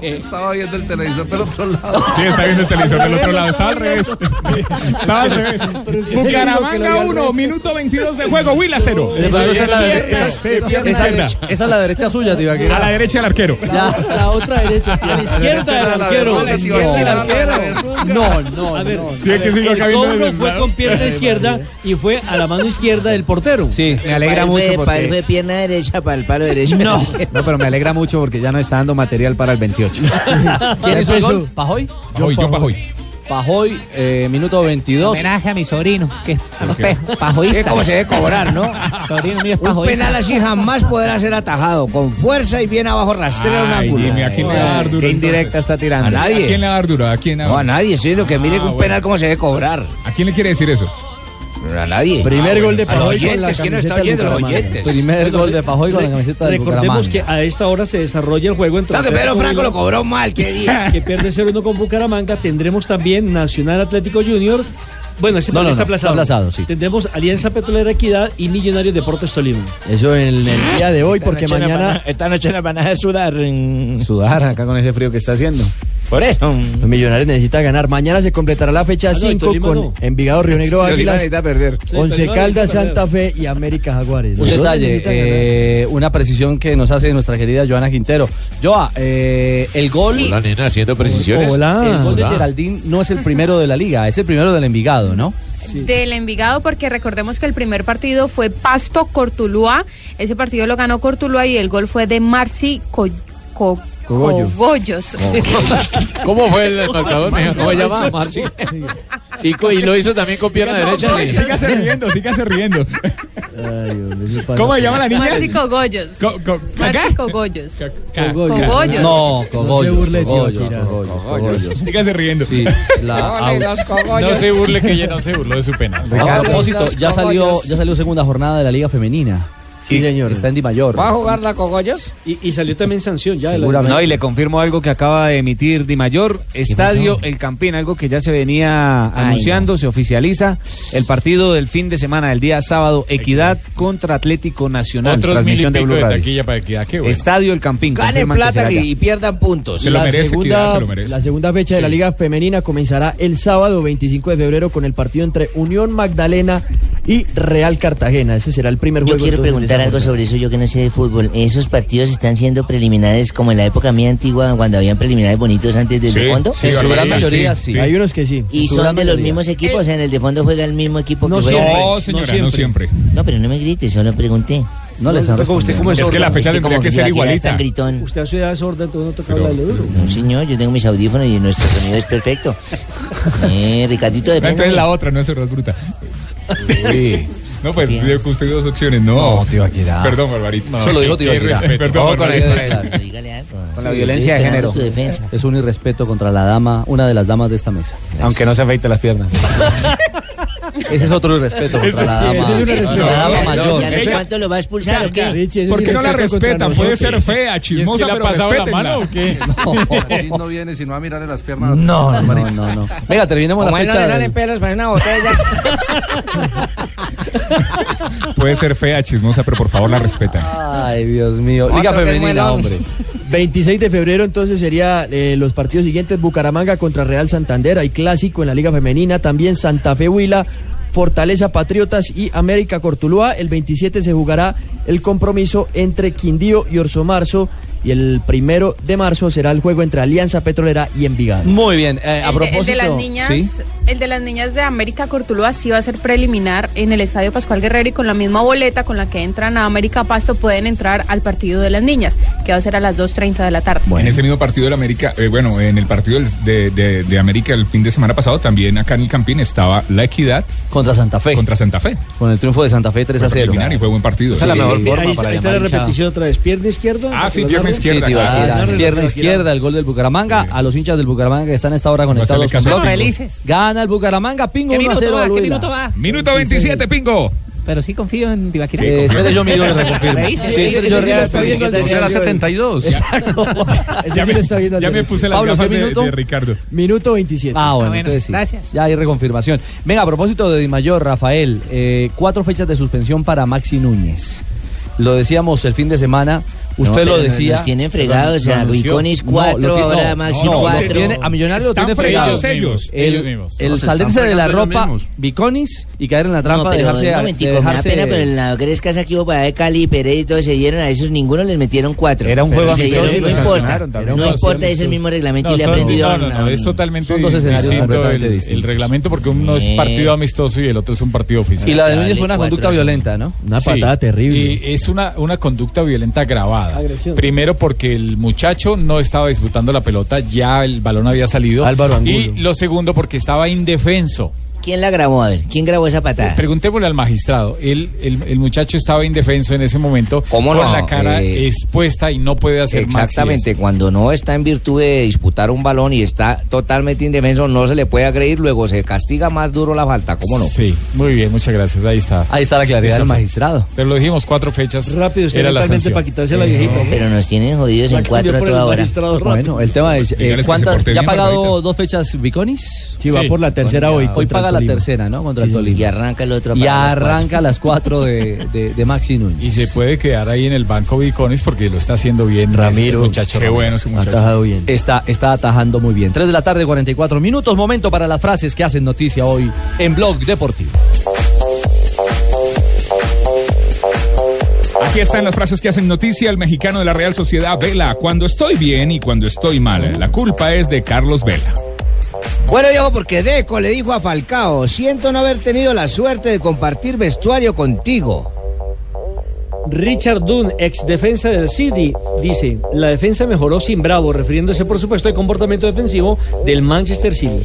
S8: estaba viendo el televisor del otro lado.
S6: Sí, está viendo el televisor
S8: <laughs>
S6: del otro lado. Está al revés. <laughs> Está al revés. Bucaramanga 1, minuto 22 de juego. Huila 0.
S4: Esa es la de- esa es- esa es- esa es la derecha suya, tío.
S6: A la derecha del arquero.
S7: La otra derecha. A la izquierda del arquero. A la izquierda del arquero. No, no, a ver.
S6: Sí, es que sí lo
S7: el
S6: acabé de
S7: cobro
S6: desdoblar.
S7: fue con pierna izquierda y fue a la mano izquierda del portero.
S4: Sí,
S7: me
S19: Para él fue- Para él fue pierna derecha, para el palo derecho.
S7: No.
S10: No, pero me alegra mucho porque ya no está dando material para el 28.
S4: ¿Quién hizo el
S10: Empezó.
S4: gol? ¿Pajoy?
S10: Pajoy, yo Pajoy.
S4: Pajoy, eh, minuto 22.
S21: Homenaje a mi sobrino, que es
S4: qué?
S21: pe- pajoísta.
S4: Es como se debe cobrar,
S5: ¿no?
S21: Sobrino mío es
S5: Un
S21: pajoísta.
S5: penal así jamás podrá ser atajado. Con fuerza y bien abajo rastrera un ángulo.
S6: Dime, ¿a quién le va a dar duro?
S10: indirecta está tirando.
S5: A nadie.
S6: ¿A quién le va a dar duro? ¿A quién?
S5: No, a nadie. Estoy diciendo que mire
S6: Ah,
S5: un
S6: bueno.
S5: penal cómo se debe cobrar.
S6: ¿A quién le quiere decir eso?
S5: A nadie. Ah,
S6: Primer gol de
S5: A los
S6: Pajoy con
S5: oyentes.
S6: la
S5: ¿Quién no
S6: camiseta
S5: está
S6: del
S5: oyendo? Los
S6: Bucaramanga.
S5: oyentes.
S4: Primer gol de Pajoy con la camiseta del
S7: Recordemos
S4: Bucaramanga.
S7: que a esta hora se desarrolla el juego entre.
S5: No, que
S7: Atlético
S5: Pedro Franco
S7: Huila,
S5: lo cobró mal, qué día.
S7: <laughs> Que pierde 0-1 con Bucaramanga. Tendremos también Nacional Atlético Junior. Bueno, ese
S4: No,
S7: partido está
S4: no, no, está
S7: aplazado.
S4: aplazado, sí.
S7: Tendremos Alianza Petrolera Equidad y Millonarios Deportes Tolima.
S9: Eso en el día de hoy,
S7: Esta
S9: porque
S7: noche no
S9: mañana.
S7: van
S10: Esta noche nos van a sudar. Sudar acá con ese frío que está haciendo. Por eso.
S9: Los millonarios necesitan ganar. Mañana se completará la fecha
S10: Ah, no, y
S9: 5
S10: Tolima
S9: con
S10: no.
S9: Envigado, Río Negro,
S10: Sí, Tolima
S9: Águilas,
S10: necesita perder. Sí,
S9: Once
S10: Tolima
S9: Caldas,
S10: necesita
S9: Santa Fe y América Jaguares.
S4: Un
S9: Los dos
S4: detalle,
S9: necesitan ganar.
S4: eh, una precisión que nos hace nuestra querida Joana Quintero. Joa, eh, el gol.
S16: La nena haciendo precisiones.
S2: Eh,
S4: El gol de
S16: Hola.
S4: Geraldine no es el primero de la liga, es el primero del Envigado, ¿no?
S17: del Envigado porque recordemos que el primer partido fue Pasto Cortuluá, ese partido lo ganó Cortuluá y el gol fue de Marci Co- Co-
S8: Cogollo.
S29: <laughs>
S17: Cogollos.
S16: ¿Cómo fue el marcador, mija? ¿Cómo se llama?
S8: Marci.
S16: Y, co- y lo hizo también con pierna derecha.
S6: Sígase sígase riendo, sígase riendo. ¿Cómo se llama la niña?
S17: Marci Cogollos.
S6: Co- co-
S17: Marci Cogollos.
S6: ca-
S17: Cogollos.
S4: No, cogollos,
S17: burle, tío,
S4: cogollos, cogollos, cogollos.
S6: Sígase riendo.
S4: la- Ole, los cogollos.
S6: No se burle que ella no se burló de su penal.
S4: A propósito, ya salió, ya salió segunda jornada de la Liga Femenina. Sí, señor. Está en Di Mayor.
S7: la Cogollos? Y, y salió también sanción ya. de la-
S10: No, y le confirmo algo que acaba de emitir Di Mayor, Estadio
S7: pasó?
S10: El Campín, algo que ya se venía anunciando, se oficializa el partido del fin de semana, el día sábado, Equidad contra Atlético Nacional,
S6: Otros mil y
S10: transmisión de
S6: pico
S10: Blue
S6: de
S10: Radio.
S6: taquilla para equidad. Qué bueno.
S10: Estadio El Campín.
S5: Gane
S10: confirman que
S5: plata
S10: será
S5: y,
S10: allá.
S5: y pierdan puntos.
S10: Se lo
S9: la
S10: merece,
S9: segunda,
S10: Equidad, se lo merece.
S9: La segunda fecha de la Liga Femenina comenzará el sábado 25 de febrero con el partido entre Unión Magdalena y Real Cartagena. Ese será el primer
S19: Yo
S9: juego.
S19: quiero
S9: entonces, de esa
S19: preguntar algo
S9: jornada.
S19: sobre eso, yo que no sé de fútbol. ¿Esos partidos están siendo preliminares como en la época mía antigua, cuando habían preliminares bonitos antes del
S9: Sí,
S19: de fondo?
S9: sí, En su gran sí, mayoría, sí, sí. Hay unos que sí.
S19: ¿Y
S9: En su
S19: son
S9: gran
S19: de los
S9: mayoría. Eh,
S19: mismos equipos? O sea, en el de fondo juega el mismo equipo
S6: No
S19: que juega
S6: siempre,
S19: hoy.
S6: no, señora, no siempre.
S19: No, pero no me grite, solo pregunté.
S6: No les han Luego usted respondido. como es Es que sordo. la fecha
S19: Es
S6: tendría
S19: como
S6: que ser
S19: Shakira es
S6: igualita.
S19: tan gritón.
S7: Usted a su edad es sorda, entonces no toca hablarle duro.
S19: No, señor, yo tengo mis audífonos y nuestro sonido es perfecto. Eh, Ricardito,
S6: No, entonces
S19: depende.
S6: la otra, no es verdad bruta. <laughs> No, pues dio que usted dos opciones, no. No, Tibaquirá. Perdón, Barbarito.
S4: No, Eso lo dijo
S6: Qué
S4: Tibaquirá.
S6: respeto.
S4: Ojo
S6: Perdón,
S4: con la-
S6: Barbarito.
S4: Con la violencia de género. Es un irrespeto contra la dama, una de las damas de esta mesa.
S11: Aunque no se afeite las piernas.
S4: <laughs> Ese es otro irrespeto contra la dama. contra la dama mayor.
S19: ¿Ya no sé cuánto lo va a expulsar o qué?
S6: ¿Por qué no
S4: irrespeto
S6: la
S4: contra
S6: respetan? Puede
S4: nosotros.
S6: ser fea, chismosa, pero respétenla.
S8: Así no viene si no va a mirarle las piernas.
S4: No, no, no, no, no. <laughs> Venga, terminemos
S5: Como
S4: la
S5: a él no
S4: fecha.
S5: le
S4: del-
S5: salen pelos para una botella. <laughs>
S6: Puede ser fea, chismosa, pero por favor la respetan.
S4: Ay, Dios mío. Liga femenina, hombre.
S9: 26 de febrero entonces sería eh, los partidos siguientes, Bucaramanga contra Real Santander, hay clásico en la Liga Femenina, también Santa Fe Huila, Fortaleza Patriotas y América Cortuluá, el 27 se jugará el compromiso entre Quindío y Orso Marzo y el primero de marzo será el juego entre Alianza Petrolera y Envigado.
S4: Muy bien, eh, a
S9: El
S29: El de-
S4: propósito.
S29: El de las niñas,
S4: Sí.
S29: el de las niñas de América Cortuluá sí va a ser preliminar en el Estadio Pascual Guerrero y con la misma boleta con la que entran a América Pasto pueden entrar al partido de las niñas, que va a ser a las 2.30 de la tarde.
S6: En ese mismo partido del América, eh, bueno, en el partido del- de, de- de América el fin de semana pasado, también acá en el Campín estaba La Equidad.
S4: Contra Santa Fe.
S6: Contra Santa Fe.
S4: Con el triunfo de Santa Fe 3 a 0.
S6: Y fue buen partido.
S4: Esa es la mejor
S7: Ahí-
S4: forma
S7: ahí,
S4: para
S7: está la
S4: llamar hinchada.
S7: repetición otra vez. Pierna izquierda.
S6: Ah, sí,
S7: ¿Recordamos?
S6: pierna izquierda,
S4: Sí, te iba a decir,
S6: claro.
S4: ah,
S6: Sí.
S4: pierna izquierda, el gol del Bucaramanga. A los hinchas del Bucaramanga que están a esta hora conectados.
S6: hacerle caso
S4: con
S6: a
S4: Blog.
S6: Pingo.
S4: Gana el Bucaramanga, Pingo
S21: ¿Qué
S4: 1 a
S21: minuto
S4: 0.
S21: va?
S4: al
S21: ¿Qué
S4: Huila.
S21: minuto va?
S6: Minuto 27, Pingo.
S21: Pero sí confío en Tibaquirá.
S4: Sí, Eh, confío. espere, yo miro y le reconfirmo.
S21: Revise,
S4: Sí,
S21: revise,
S4: yo- yo-
S21: revise.
S4: yo- Está viendo el de- Será 72.
S9: Exacto.
S4: <laughs> Ya me-
S6: Ya me puse las
S4: Pablo, ¿qué
S6: gafas de,
S4: minuto?
S6: de Ricardo.
S9: Minuto 27.
S4: Ah,
S6: Ah,
S4: bueno,
S6: bueno,
S4: entonces sí.
S6: gracias.
S4: Ya hay reconfirmación. Venga, a propósito de Di Mayor, Rafael, eh, cuatro fechas de suspensión para Maxi Núñez. Lo decíamos el fin de semana. Usted
S19: No,
S4: lo
S19: pero
S4: decía.
S19: nos tienen fregados,
S4: Lo
S19: a
S4: anunció.
S19: Wiconis
S4: No,
S19: cuatro,
S4: lo ti-
S19: ahora Maxi
S4: lo
S19: cuatro.
S4: tiene- a Millonarios lo
S19: Están
S4: tiene
S19: fregados
S4: fregado.
S19: ellos,
S4: el
S19: ellos mismos.
S4: el
S19: Los están
S4: salirse de la
S19: fregando
S4: ropa
S19: ellos mismos.
S4: Viconis y caer en la trampa
S19: No,
S4: de
S19: pero
S4: dejarse.
S19: un
S4: de
S19: momentico,
S4: dejarse-
S19: me da pena, pero en la tres casas que hubo para de Cali, Pereira y todos se dieron, a esos ninguno les metieron cuatro. Era
S4: un juego amistoso y
S19: No
S4: los
S19: importa,
S4: sancionaron también.
S19: no
S4: Era un
S19: importa,
S4: juego
S19: es el mismo reglamento
S11: No,
S19: y le he
S11: son-
S19: aprendido
S11: no, no,
S19: a-
S11: no, es totalmente
S19: Son dos
S4: escenarios
S11: distinto el,
S4: completamente
S11: el
S4: distintos.
S11: reglamento porque uno es
S4: Bien.
S11: partido amistoso y el otro es un partido oficial.
S4: Y la de Núñez fue una conducta violenta, ¿no?
S9: Una
S11: Sí.
S9: patada terrible.
S11: Y es una, una conducta violenta grabada.
S9: Agresión.
S11: Primero porque el muchacho no estaba disputando la pelota, ya el balón había salido.
S9: Álvaro
S11: Y lo segundo porque estaba indefenso.
S19: ¿Quién la grabó? A ver, ¿quién grabó esa patada?
S11: Preguntémosle al magistrado. Él, el, el muchacho estaba indefenso en ese momento.
S5: ¿Cómo
S11: con
S5: no?
S11: la cara
S5: Eh,
S11: expuesta y no puede hacer más.
S5: Exactamente, cuando no está en virtud de disputar un balón y está totalmente indefenso, no se le puede agredir, luego se castiga más duro la falta, ¿cómo no?
S11: Sí, muy bien, muchas gracias. Ahí está.
S4: Ahí está la
S5: claridad del
S4: magistrado.
S11: Pero lo dijimos, cuatro fechas. Rápido,
S19: usted mentalmente pa' quitarse la viejita. Eh, Pero nos tienen jodidos en cuatro a toda hora.
S4: Bueno, el tema es, eh,
S19: Dígales que se
S4: ¿cuántas,
S19: porten
S4: ¿ya ha
S19: bien,
S4: pagado
S19: Barbarita.
S4: dos fechas Viconis?
S9: Sí, va por la tercera hoy
S4: Hoy
S9: contra
S4: paga
S9: el
S4: la
S9: Tolima.
S4: tercera, ¿no? Contra
S9: Sí,
S4: el Tolima.
S9: y
S19: arranca el otro
S4: Y
S11: para las cuatro.
S4: arranca a las cuatro de, de, de Maxi Núñez.
S11: Y se puede quedar ahí en el banco Viconis porque lo está haciendo bien Ramiro. muchacho. Qué bueno ese muchacho.
S9: bien.
S4: Está, está atajando muy bien. 3 de la tarde, 44 minutos. Momento para las frases que hacen noticia hoy en Blog Deportivo.
S6: Aquí están las frases que hacen noticia. El mexicano de la Real Sociedad Vela. Cuando estoy bien y cuando estoy mal. La culpa es de Carlos Vela.
S5: Bueno, yo porque Deco le dijo a Falcao, siento no haber tenido la suerte de compartir vestuario contigo.
S7: Richard Dunn, ex defensa del City, dice, la defensa mejoró sin Bravo, refiriéndose por supuesto al comportamiento defensivo del Manchester City.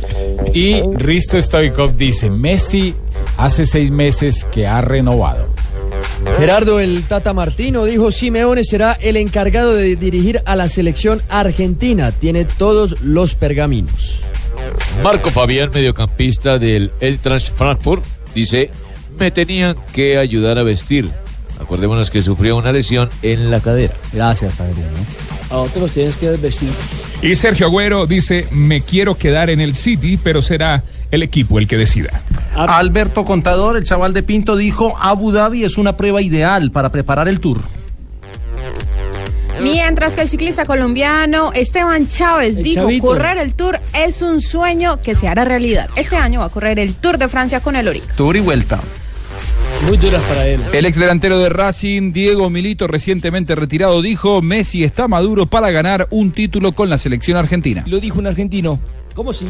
S11: Y Risto Stoikov dice, Messi hace seis meses que ha renovado.
S9: Gerardo, el Tata Martino dijo, Simeone será el encargado de dirigir a la selección argentina. Tiene todos los pergaminos.
S2: Marco Fabián, mediocampista del Eintracht Frankfurt, dice, me tenían que ayudar a vestir. Acordémonos que sufrió una lesión en la cadera.
S4: Gracias, Fabián.
S7: A otros tienes que vestir.
S6: Y Sergio Agüero dice, me quiero quedar en el City, pero será el equipo el que decida.
S8: Alberto Contador, el chaval de Pinto, dijo Abu Dhabi es una prueba ideal para preparar el tour.
S29: Mientras que el ciclista colombiano Esteban Chávez
S8: El
S29: dijo,
S8: Chavito.
S29: correr el Tour es un sueño que se hará realidad. Este año va a correr el Tour de Francia con el Orica.
S8: Tour y vuelta.
S7: Muy duras para él.
S12: El ex delantero de Racing, Diego Milito, recientemente retirado, dijo: Messi está maduro para ganar un título con la selección argentina.
S7: Lo dijo un argentino. ¿Cómo sí?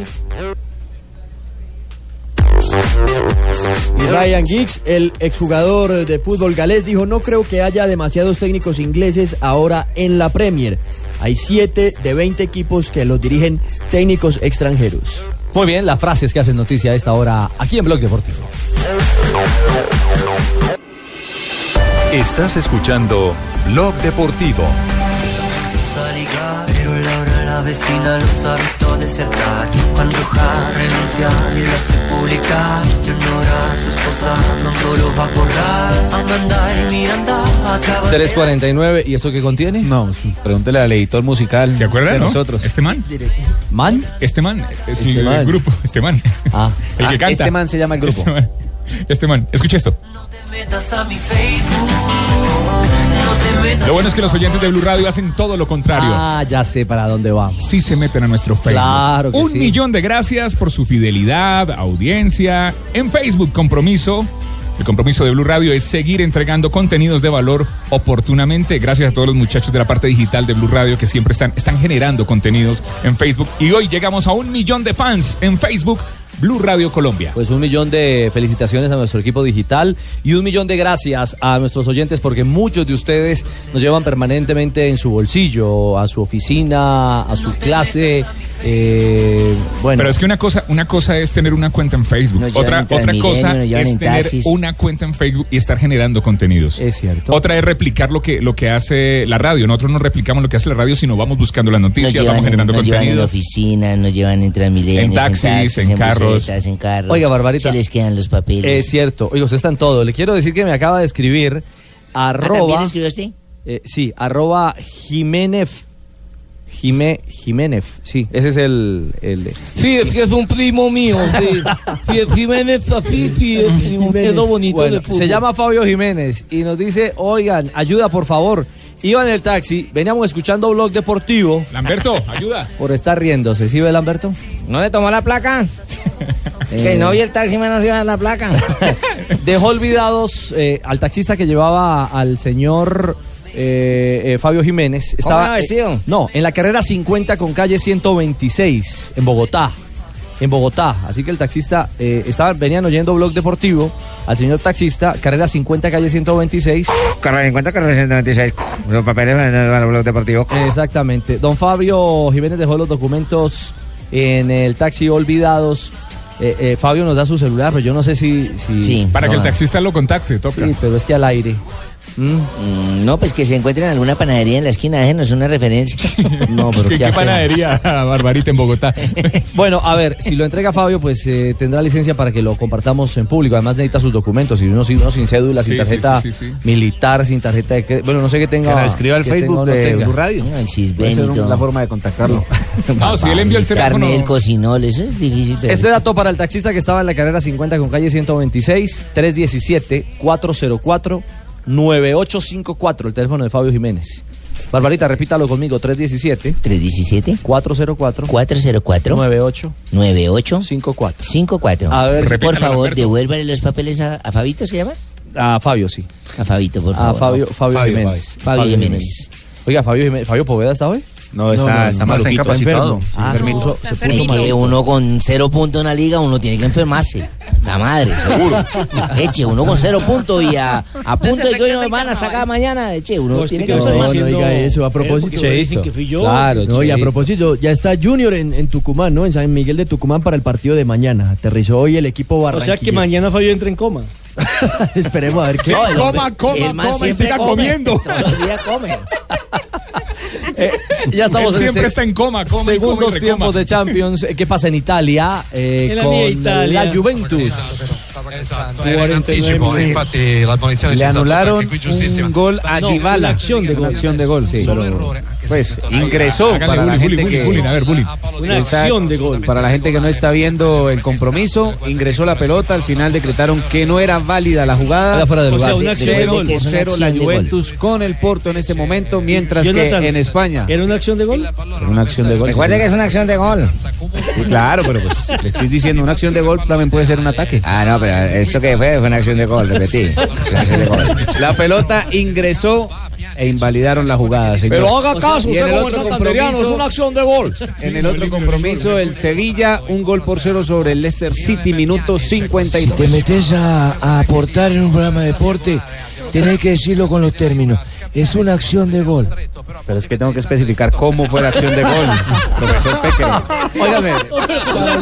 S9: Y Ryan Giggs, el exjugador de fútbol galés, dijo, no creo que haya demasiados técnicos ingleses ahora en la Premier. Hay 7 de 20 equipos que los dirigen técnicos extranjeros.
S4: Muy bien, las frases que hacen noticia a esta hora aquí en Blog Deportivo.
S11: Estás escuchando Blog Deportivo.
S24: Salí pero Laura la vecina los ha visto desertar Cuando ja renuncia y lo hace publicar Leonora, su esposa, pronto lo va a borrar Amanda y Miranda acaban de
S4: 349, ¿y eso qué contiene? No, pregúntele al editor musical. ¿Se
S6: acuerdan,
S4: De
S6: no?
S4: nosotros.
S6: Este man.
S4: ¿Man?
S6: Este man es
S4: Este
S6: el,
S4: man.
S6: grupo, este man.
S4: Ah,
S6: el
S4: ah,
S6: que canta.
S4: este man se llama el grupo.
S6: Este man, este man. escucha esto.
S24: metas a mi Facebook No te metas
S6: Lo <laughs> bueno es que los oyentes de Blue Radio hacen todo lo contrario.
S4: Ah, ya sé para dónde vamos.
S6: Sí se meten a nuestro Facebook.
S4: Claro que
S6: Un
S4: sí.
S6: millón de gracias por su fidelidad, audiencia. En Facebook, compromiso. El compromiso de Blue Radio es seguir entregando contenidos de valor oportunamente. Gracias a todos los muchachos de la parte digital de Blue Radio que siempre están, están generando contenidos en Facebook. Y hoy llegamos a un millón de fans en Facebook, Blue Radio Colombia.
S4: Pues un millón de felicitaciones a nuestro equipo digital y un millón de gracias a nuestros oyentes porque muchos de ustedes nos llevan permanentemente en su bolsillo, a su oficina, a su clase. eh, bueno,
S6: Pero es que una cosa, una cosa es tener una cuenta en Facebook,
S4: Nos llevan
S6: otra,
S4: en
S6: otra
S4: Transmilenio,
S6: cosa
S4: nos llevan
S6: es
S4: en
S6: tener
S4: taxis.
S6: una cuenta en Facebook y estar generando contenidos.
S4: Es cierto.
S6: Otra es replicar lo que, lo que hace la radio. Nosotros no replicamos lo que hace la radio, sino vamos buscando las
S19: Nos
S6: noticias,
S19: llevan,
S6: vamos
S19: en,
S6: generando
S19: nos llevan en
S6: contenido.
S19: oficinas, nos llevan en Transmilenio,
S6: En taxis, en carros.
S19: busetas, en carros.
S4: Oiga, Barbarita.
S19: Se les quedan los papeles.
S5: Eh,
S4: es cierto. Oiga, usted está en todo. Le quiero decir que me acaba de escribir arroba.
S19: Ah, ¿También escribió usted?
S4: Eh, sí, arroba Jiménez. Jimé, Jiménez, sí, ese es el... el de-
S2: Sí, es que es un primo mío, sí. Si es Jiménez así, sí,
S4: <laughs>
S2: es un dedo bonito
S4: Bueno,
S2: de fútbol.
S4: se llama Fabio Jiménez y nos dice, oigan, ayuda por favor. Iba en el taxi, veníamos escuchando Blog Deportivo. <laughs>
S6: Lamberto, ayuda.
S4: Por estar riéndose, ¿sí ve Lamberto? Eh,
S5: ¿No le tomó la placa?
S4: <laughs>
S5: Que
S19: Eh.
S5: no vi el taxi, menos iba a la placa.
S4: Dejó olvidados eh, al taxista que llevaba al señor eh, eh, Fabio Jiménez.
S5: iba vestido?
S4: eh, no, en la carrera 50 con calle 126, en Bogotá. En Bogotá. Así que el taxista eh, estaba, venían oyendo blog deportivo al señor taxista, carrera 50, calle 126.
S5: Carrera 50, carrera 126. Los papeles en el blog deportivo.
S4: Exactamente. Don Fabio Jiménez dejó los documentos en el taxi olvidados. Eh, eh, Fabio nos da su celular, pero yo no sé si... si
S6: Para que el
S4: no.
S6: taxista lo contacte, toca.
S4: Sí, pero es que al aire.
S19: <laughs> Mm, no, pues que se encuentren en alguna panadería en la esquina, déjenos una referencia.
S4: no, pero
S6: ¿Qué,
S4: ¿qué
S6: qué
S4: hacemos?
S6: panadería, Barbarita, en Bogotá?
S4: <laughs> Bueno, a ver, si lo entrega Fabio, pues eh, tendrá licencia para que lo compartamos en público. Además necesita sus documentos, y uno, si uno sin cédula,
S19: Sí,
S4: sin
S19: sí,
S4: tarjeta
S19: sí, sí, sí.
S4: militar, sin tarjeta de crédito. Bueno, no sé qué tenga.
S19: Que la escriba al
S4: que
S19: Facebook
S4: tenga o no
S19: de
S4: tenga.
S19: Blue Radio. No, el
S4: Puede ser un-
S19: Benito.
S4: la forma de contactarlo.
S19: No, si él envió el teléfono- Carne del cocinol, eso es difícil. pero-
S4: Este dato para el taxista que estaba en la carrera 50 con calle 126, 317-404-9854, el teléfono de Fabio Jiménez. Barbarita, repítalo conmigo, 317.
S19: 317.
S4: 404.
S19: 404.
S4: 98.
S19: 98.
S4: 54.
S19: 54.
S4: A ver, Repítalo,
S19: por favor,
S4: Alberto.
S19: devuélvale los papeles a, a Fabito, ¿se llama?
S4: A Fabio, sí.
S19: A Fabito, por
S4: A
S19: favor.
S4: Fabio, Fabio,
S19: Fabio,
S4: Jiménez.
S19: Fabio. Fabio Jiménez.
S4: Oiga, Fabio Jiménez, ¿Fabio Poveda está hoy?
S19: No, está- está maluquito, está enfermo.
S4: Ah, se
S19: Enfermito.
S4: puso- se puso
S19: Y que
S4: maluco.
S19: uno con cero puntos en la liga, uno tiene que enfermarse. La madre, seguro. Eche, uno con cero puntos y a, a punto de que hoy nos van a sacar mañana. Eche, uno tiene que
S9: No, no
S19: enfermarse.
S9: diga eso, a
S10: Pues
S9: propósito.
S4: porque dicen que fui yo. Claro,
S9: no, y a
S4: Cheito.
S9: propósito, ya está Junior en, en Tucumán, ¿no? En San Miguel de Tucumán para el partido de mañana. Aterrizó hoy el equipo
S7: O
S9: barranquillero.
S7: sea que mañana Fabio entra en coma.
S9: <laughs> Esperemos a ver qué.
S7: Sí,
S9: No, el
S7: coma,
S9: hombre-
S7: coma,
S9: el man
S7: coma,
S9: siempre
S7: y siga
S9: come.
S7: comiendo.
S19: Todos los días come.
S4: Ya estamos
S19: Él siempre
S4: se-
S19: está en coma, coma y coma y
S4: Segundos
S19: recoma.
S4: tiempos de Champions. Eh, ¿Qué pasa en Italia? Eh,
S30: En la
S4: con
S30: mia Italia.
S4: la Juventus.
S30: Esatto, era in anticipo, e infatti la punizione
S10: Le
S30: c'è stata
S10: anularon
S30: perché qui giustissima.
S10: un gol a
S30: No,
S10: Dybala.
S30: un'azione di gol.
S10: Una acción de gol.
S30: Solo errore, anche
S10: pues ingresó
S6: Háganle
S10: para la
S6: bullying,
S10: gente
S6: bullying,
S10: que
S6: bullying, a ver, bullying.
S7: Una acción de gol.
S10: para la gente que no está viendo el compromiso ingresó la pelota al final decretaron que no era válida la jugada
S4: Era fuera de O lugar. sea, una acción de
S10: Cero
S4: gol.
S10: por
S4: Es una
S10: cero la
S4: acción de gol.
S10: Juventus con el Porto en ese momento mientras que
S7: Jonathan,
S10: en España
S7: ¿Era una acción de gol?
S10: Era una acción de gol
S5: Recuerde que es una acción de gol.
S10: Sí, claro pero pues le estoy diciendo una acción de gol también puede ser un ataque
S5: ah no pero esto que fue fue una acción de gol repetí Una acción de gol.
S10: la pelota ingresó e invalidaron la jugada señor.
S30: Pero haga caso,
S10: Y en
S30: usted
S10: el
S30: como el
S10: otro
S30: santanderiano, es
S10: compromiso-
S30: una acción de gol.
S10: En el otro compromiso, el Sevilla, un gol por cero sobre el Leicester City, minuto
S25: Si te
S10: 52.
S25: metes a, a aportar en un programa de deporte, tenés que decirlo con los términos. Es una acción de gol.
S10: Pero es que tengo que especificar cómo fue la acción
S25: <laughs>
S10: de gol, profesor Peque. Óigame, nos,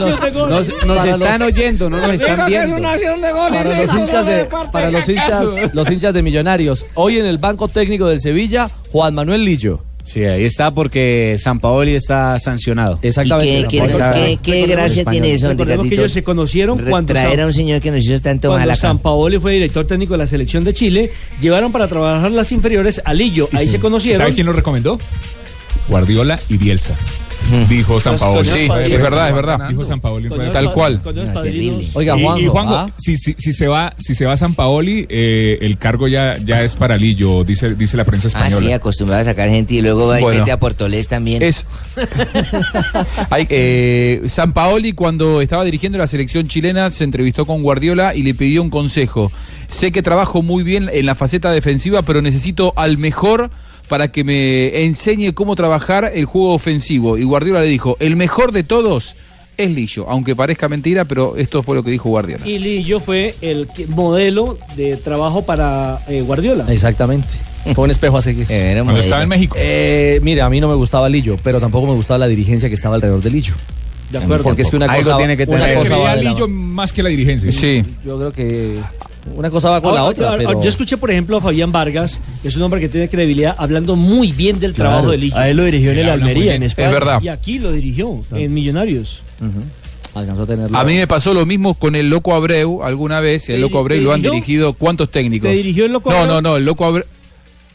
S10: nos
S4: Para los-
S10: están oyendo, no nos están viendo.
S5: acción de gol. es
S4: Para los
S5: eso, no
S4: hinchas de,
S5: de parte.
S4: para los
S5: Si acaso.
S4: hinchas, los hinchas de Millonarios. Hoy en el banco técnico del Sevilla, Juan Manuel Lillo.
S10: Sí, ahí está porque San Paoli está sancionado.
S4: Exactamente.
S19: qué- qué- qué- qué gracia tiene eso,
S7: Recordemos que
S19: Ricardito?
S7: ellos se conocieron
S19: Re-
S7: cuando
S19: traer
S7: San-
S19: a un señor que nos hizo tanto mal
S7: Cuando
S19: acá.
S7: San Paoli fue director técnico de la selección de Chile, llevaron para trabajar las inferiores a Lillo. Ahí se conocieron.
S6: ¿Sabe quién lo recomendó? Guardiola y Bielsa. Dijo San Pues, Paolo. Toño Sí, Padilla. es verdad, es Ganando. verdad. Dijo San Paolo. Toño Tal Padilla. cual. Toño
S19: No, es terrible.
S6: Y- y, Juanjo,
S4: ¿ah?
S6: si, si- si se va, si se va San Paoli, eh, el cargo ya, ya es para Lillo, dice, dice la prensa
S19: Ah,
S6: española.
S19: sí, acostumbrado a sacar gente y luego va y
S25: Bueno.
S19: mete a Portolés también.
S25: Es-
S12: Hay, eh, San Paoli, cuando estaba dirigiendo la selección chilena, se entrevistó con Guardiola y le pidió un consejo. Sé que trabajo muy bien en la faceta defensiva, pero necesito al mejor para que me enseñe cómo trabajar el juego ofensivo. Y Guardiola le dijo, el mejor de todos es Lillo, aunque parezca mentira, pero esto fue lo que dijo Guardiola.
S7: Y Lillo fue el que- modelo de trabajo para eh, Guardiola.
S4: Exactamente. Fue un espejo a seguir.
S7: Cuando estaba en
S6: México.
S4: mira, a mí no me gustaba Lillo, pero tampoco me gustaba la dirigencia que estaba alrededor de Lillo.
S6: De
S4: acuerdo. Porque es que una cosa, una cosa
S6: Creía
S4: va de la-
S6: Eh, Lillo más que la dirigencia.
S4: Yo creo
S6: <laughs>
S4: que una cosa va con
S7: Ahora,
S4: la otra.
S7: ahora,
S4: pero-
S7: Yo escuché, por ejemplo, a Fabián Vargas, que es un hombre que tiene credibilidad, hablando muy bien del
S9: Claro,
S7: trabajo de Lillo.
S9: a él lo dirigió en el
S7: Habla
S9: Almería,
S7: muy bien.
S9: en España. Es verdad.
S7: Y aquí lo dirigió, en Millonarios.
S4: Alcanzó a tenerlo.
S12: A mí me pasó lo mismo con el Loco Abreu alguna vez. El
S7: ¿Te
S12: Loco
S7: diri-
S12: Abreu
S7: te
S12: lo han
S7: dirigió?
S12: dirigido cuántos técnicos.
S7: ¿Te dirigió el Loco
S12: no,
S7: Abreu?
S12: No, no, el Loco Abreu.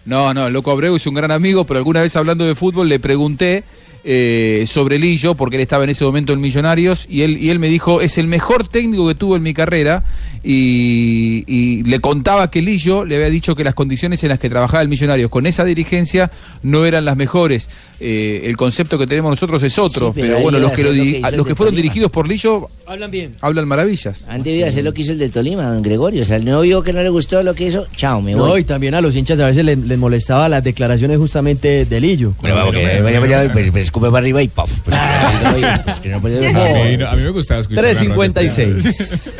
S12: No, no, el Loco Abreu es un gran amigo, pero alguna vez hablando de fútbol le pregunté eh, sobre Lillo, porque él estaba en ese momento en Millonarios, y él, y él me dijo, es el mejor técnico que tuvo en mi carrera, y, y le contaba que Lillo le había dicho que las condiciones en las que trabajaba el Millonarios con esa dirigencia no eran las mejores. Eh, el concepto que tenemos nosotros es otro,
S19: Sí, pero
S12: pero,
S19: él
S12: bueno,
S19: iba
S12: los
S19: a
S12: que,
S19: hacer lo
S12: lo di-
S19: que hizo
S12: a-
S19: el
S12: los que
S19: de
S12: fueron
S19: Tolima.
S12: dirigidos por Lillo
S7: Hablan bien.
S12: hablan maravillas.
S19: Han debido hacer lo que hizo el del Tolima, don Gregorio. O sea, el nuevo vio que no le gustó lo que hizo. Chao, me
S9: No,
S19: voy.
S9: y también a los hinchas a veces les, les molestaba las declaraciones justamente de Lillo.
S5: Bueno, vamos, que vaya, vaya, vaya, pues, pues, escupe para arriba y paf. Pues, pues, que no
S6: <laughs>
S5: puede-
S9: No.
S5: A mí-
S6: a mí me gustaba escuchar.
S4: 3.56.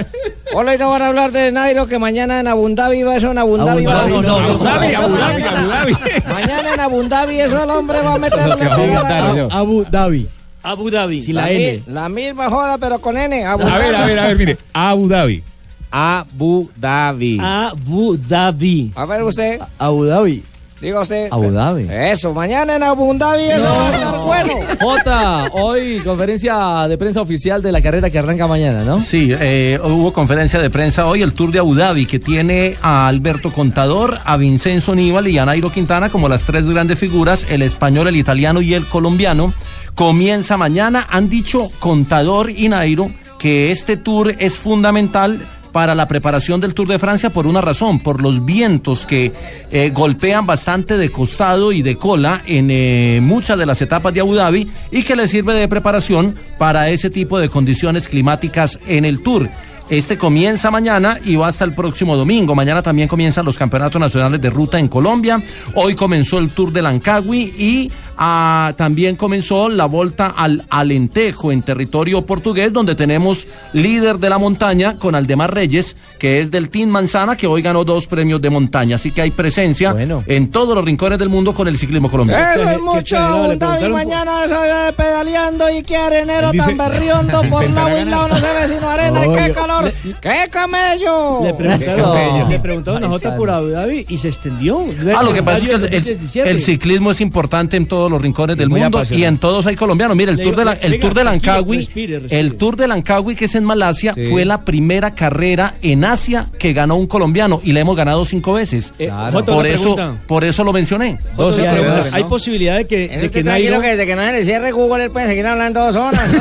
S5: Hola, y no van a hablar de Nairo que mañana en Abu Dhabi va a ser un Abu Dhabi. va a-
S4: Dhabi, no, no, Abu Dhabi,
S5: Eso
S4: Abu
S5: mañana
S4: Dhabi,
S5: en- Mañana en Abu Dhabi, eso el hombre va a meterle
S9: que vamos a
S5: pegada.
S9: votar, señor. Abu Dhabi.
S7: Abu Dhabi.
S9: Sí, la N.
S5: mi- la misma joda, pero con N. Abu
S6: A ver, a ver, a ver, mire. Abu Dhabi.
S10: Abu Dhabi.
S7: Abu Dhabi.
S5: A ver usted.
S9: Abu Dhabi.
S5: Diga usted.
S4: Abu Dhabi.
S5: Eso, mañana en Abu Dhabi eso va a estar bueno.
S4: Jota, hoy conferencia de prensa oficial de la carrera que arranca mañana, ¿no?
S8: Sí, eh, hubo conferencia de prensa hoy, el Tour de Abu Dhabi, que tiene a Alberto Contador, a Vincenzo Nibali y a Nairo Quintana como las tres grandes figuras, el español, el italiano y el colombiano. Comienza mañana, han dicho Contador y Nairo que este tour es fundamental para la preparación del Tour de Francia por una razón, por los vientos que eh, golpean bastante de costado y de cola en eh, muchas de las etapas de Abu Dhabi y que le sirve de preparación para ese tipo de condiciones climáticas en el Tour. Este comienza mañana y va hasta el próximo domingo. Mañana también comienzan los campeonatos nacionales de ruta en Colombia. Hoy comenzó el Tour de Lancagui y ah, también comenzó la vuelta al Alentejo en territorio portugués, donde tenemos líder de la montaña con Aldemar Reyes, que es del Team Manzana, que hoy ganó dos premios de montaña. Así que hay presencia en todos los rincones del mundo con el ciclismo colombiano.
S5: Eso es mucho Abu Dhabi, mañana eso de pedaleando y qué arenero
S8: Él dice-
S5: tan
S4: <laughs>
S5: berriondo por lado y lado no se ve sino arena y
S7: No,
S5: qué
S7: yo-
S5: calor, qué camello.
S7: Le
S8: Eso.
S7: preguntaron, le preguntaron a Jota por Abu Dhabi y se extendió.
S8: Ah, lo que pasa es que el, el-
S7: 2017.
S8: el ciclismo es importante en todos todos los rincones del
S4: muy
S8: mundo y
S4: apasionante.
S8: en todos hay colombianos. Mire, el
S4: Le
S8: Tour
S4: digo,
S8: de la,
S4: le-
S8: el
S4: venga,
S8: Tour de
S4: tranquilo,
S8: Langkawi,
S4: respire, respire.
S8: el Tour de Langkawi que es en Malasia
S4: Sí.
S8: fue la primera carrera en Asia que ganó un colombiano y la hemos ganado cinco veces.
S4: Eh,
S7: Jota,
S8: Por
S7: una
S8: eso,
S7: pregunta.
S8: por eso lo mencioné.
S7: Entonces, además, Hay posibilidad de que,
S5: Este
S7: de que Nairo-
S5: desde que no se le cierre Google, él puede seguir hablando dos
S4: <laughs>
S5: horas.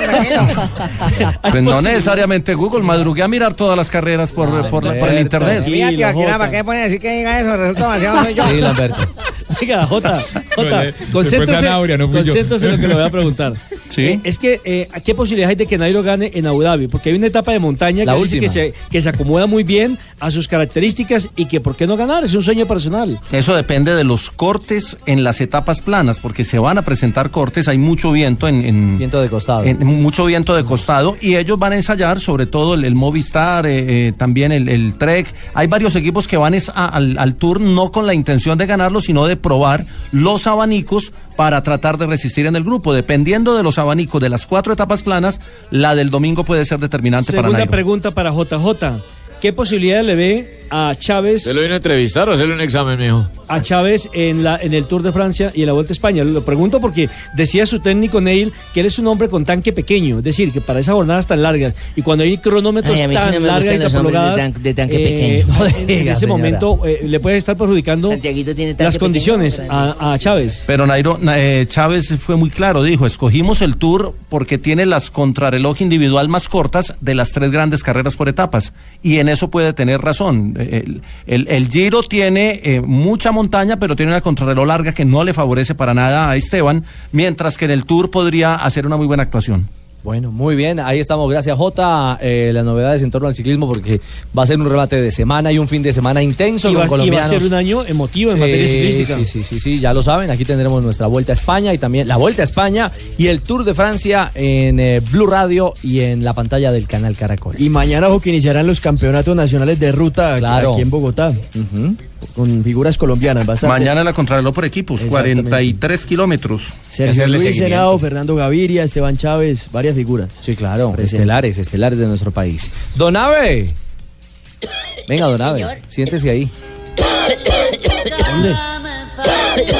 S8: Pues no necesariamente Google, madrugué a mirar todas las carreras por,
S4: Ah,
S8: por la- por el internet.
S5: Mira, tío, Akira, ¿para qué pone a decir que diga eso? Resulta demasiado soy yo. <laughs>
S7: Venga, Jota,
S6: No,
S7: Jota,
S6: le- después
S7: concéntrese,
S6: Zanabria, no fui yo.
S7: concéntrese en lo que le voy
S6: <laughs>
S7: a preguntar. Eh, es que, eh, ¿a ¿qué posibilidades hay de que Nairo gane en Abu Dhabi? Porque hay una etapa de montaña
S4: La
S7: que dice que
S4: última.
S7: se, que se acomoda muy bien a sus características y que, ¿por qué no ganar? Es un sueño personal.
S8: Eso depende de los cortes en las etapas planas, porque se van a presentar cortes, hay mucho viento en... viento de costado. mucho viento de costado, y ellos van a ensayar, sobre todo el, el Movistar, eh, eh, también el, el Trek. Hay varios equipos que van es a- al, al Tour no con la intención de ganarlo, sino de probar los abanicos para tratar de resistir en el grupo. Dependiendo de los abanicos de las cuatro etapas planas, la del domingo puede ser determinante para
S7: Segunda
S8: Nairo.
S7: pregunta para JJ. ¿Qué posibilidad le ve a Chávez,
S3: ¿Se lo vino a entrevistar o hacerle un examen, mijo?
S7: a Chávez en, la, en el Tour de Francia y en la Vuelta a España? Lo pregunto porque decía su técnico Neil que él es un hombre con tanque pequeño, es decir, que para esas jornadas tan largas y cuando hay cronómetros
S19: Ay, a mí sí
S7: tan
S19: no me
S7: largas y
S19: gustan
S7: tan
S19: los hombres de,
S7: prolongadas,
S19: tan- de tanque
S7: eh,
S19: pequeño.
S7: <laughs> no, en ese momento eh, le puede estar perjudicando las condiciones a, a Chávez.
S8: Pero Nairo, na- eh, Chávez fue muy claro, dijo, escogimos el Tour porque tiene las contrarreloj individual más cortas de las tres grandes carreras por etapas. Y en eso puede tener razón. Eh, El, el- el Giro tiene eh, mucha montaña, pero tiene una contrarreloj larga que no le favorece para nada a Esteban, mientras que en el Tour podría hacer una muy buena actuación.
S4: Bueno, muy bien, ahí estamos. Gracias, Jota. Eh, las novedades en torno al ciclismo, porque va a ser un remate de semana y un fin de semana intenso
S7: Y va, y
S4: con
S7: va a
S4: colombianos.
S7: ser un año emotivo en materia
S4: Sí,
S7: ciclística.
S4: Sí, sí, sí, sí, ya lo saben. Aquí tendremos nuestra Vuelta a España y también la Vuelta a España y el Tour de Francia en eh, Blue Radio y en la pantalla del canal Caracol.
S9: Y mañana, ojo, que iniciarán los campeonatos nacionales de ruta aquí-
S4: Claro.
S9: aquí en Bogotá. Con figuras colombianas. Bastante.
S8: Mañana la contrarreloj por equipos, 43 kilómetros.
S9: Sergio Luis Senado, Fernando Gaviria, Esteban Chávez, varias figuras.
S4: Sí, claro, estelares, estelares de nuestro país. Don Ave. Venga, Don Ave, siéntese ahí.
S19: <coughs>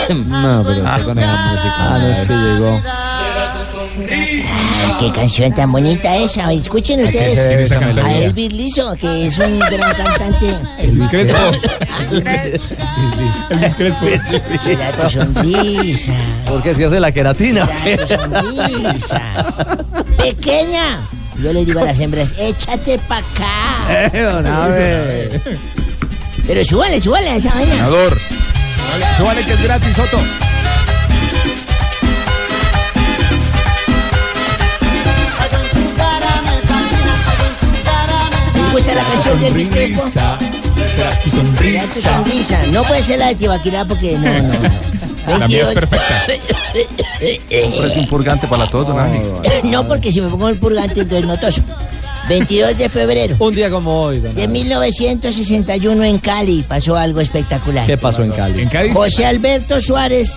S19: No, pero
S4: está con esa música.
S19: Ah, no, es que llegó. Ay, qué canción tan bonita esa. Escuchen ustedes
S24: se debe esa
S19: a
S24: melodía?
S19: Elvis Liso, que es un gran cantante.
S24: Elvis
S4: <laughs>
S24: Crespo.
S19: Elvis Crespo. Será tu sonrisa.
S4: Porque si hace la queratina.
S19: Será tu sonrisa. Pequeña. Yo le digo a las hembras, échate pa' acá.
S4: Eh, don Ave.
S19: Pero súbale, súbale a esa vaina.
S8: Ganador.
S1: Súbale que es gratis, Soto.
S19: ¿Te gusta la canción de Elvis Crespo? Será tu sonrisa. No puede ser la de Tibaquirá porque no, no.
S24: <laughs>
S8: La mía es perfecta.
S19: perfecta.
S8: un purgante para todos, don Ave.
S19: <laughs> No, porque si me pongo el purgante, entonces no toso. 22 de febrero.
S4: Un día como hoy,
S19: De 1961 en Cali pasó algo espectacular.
S4: ¿Qué pasó en Cali? En
S19: José Alberto Suárez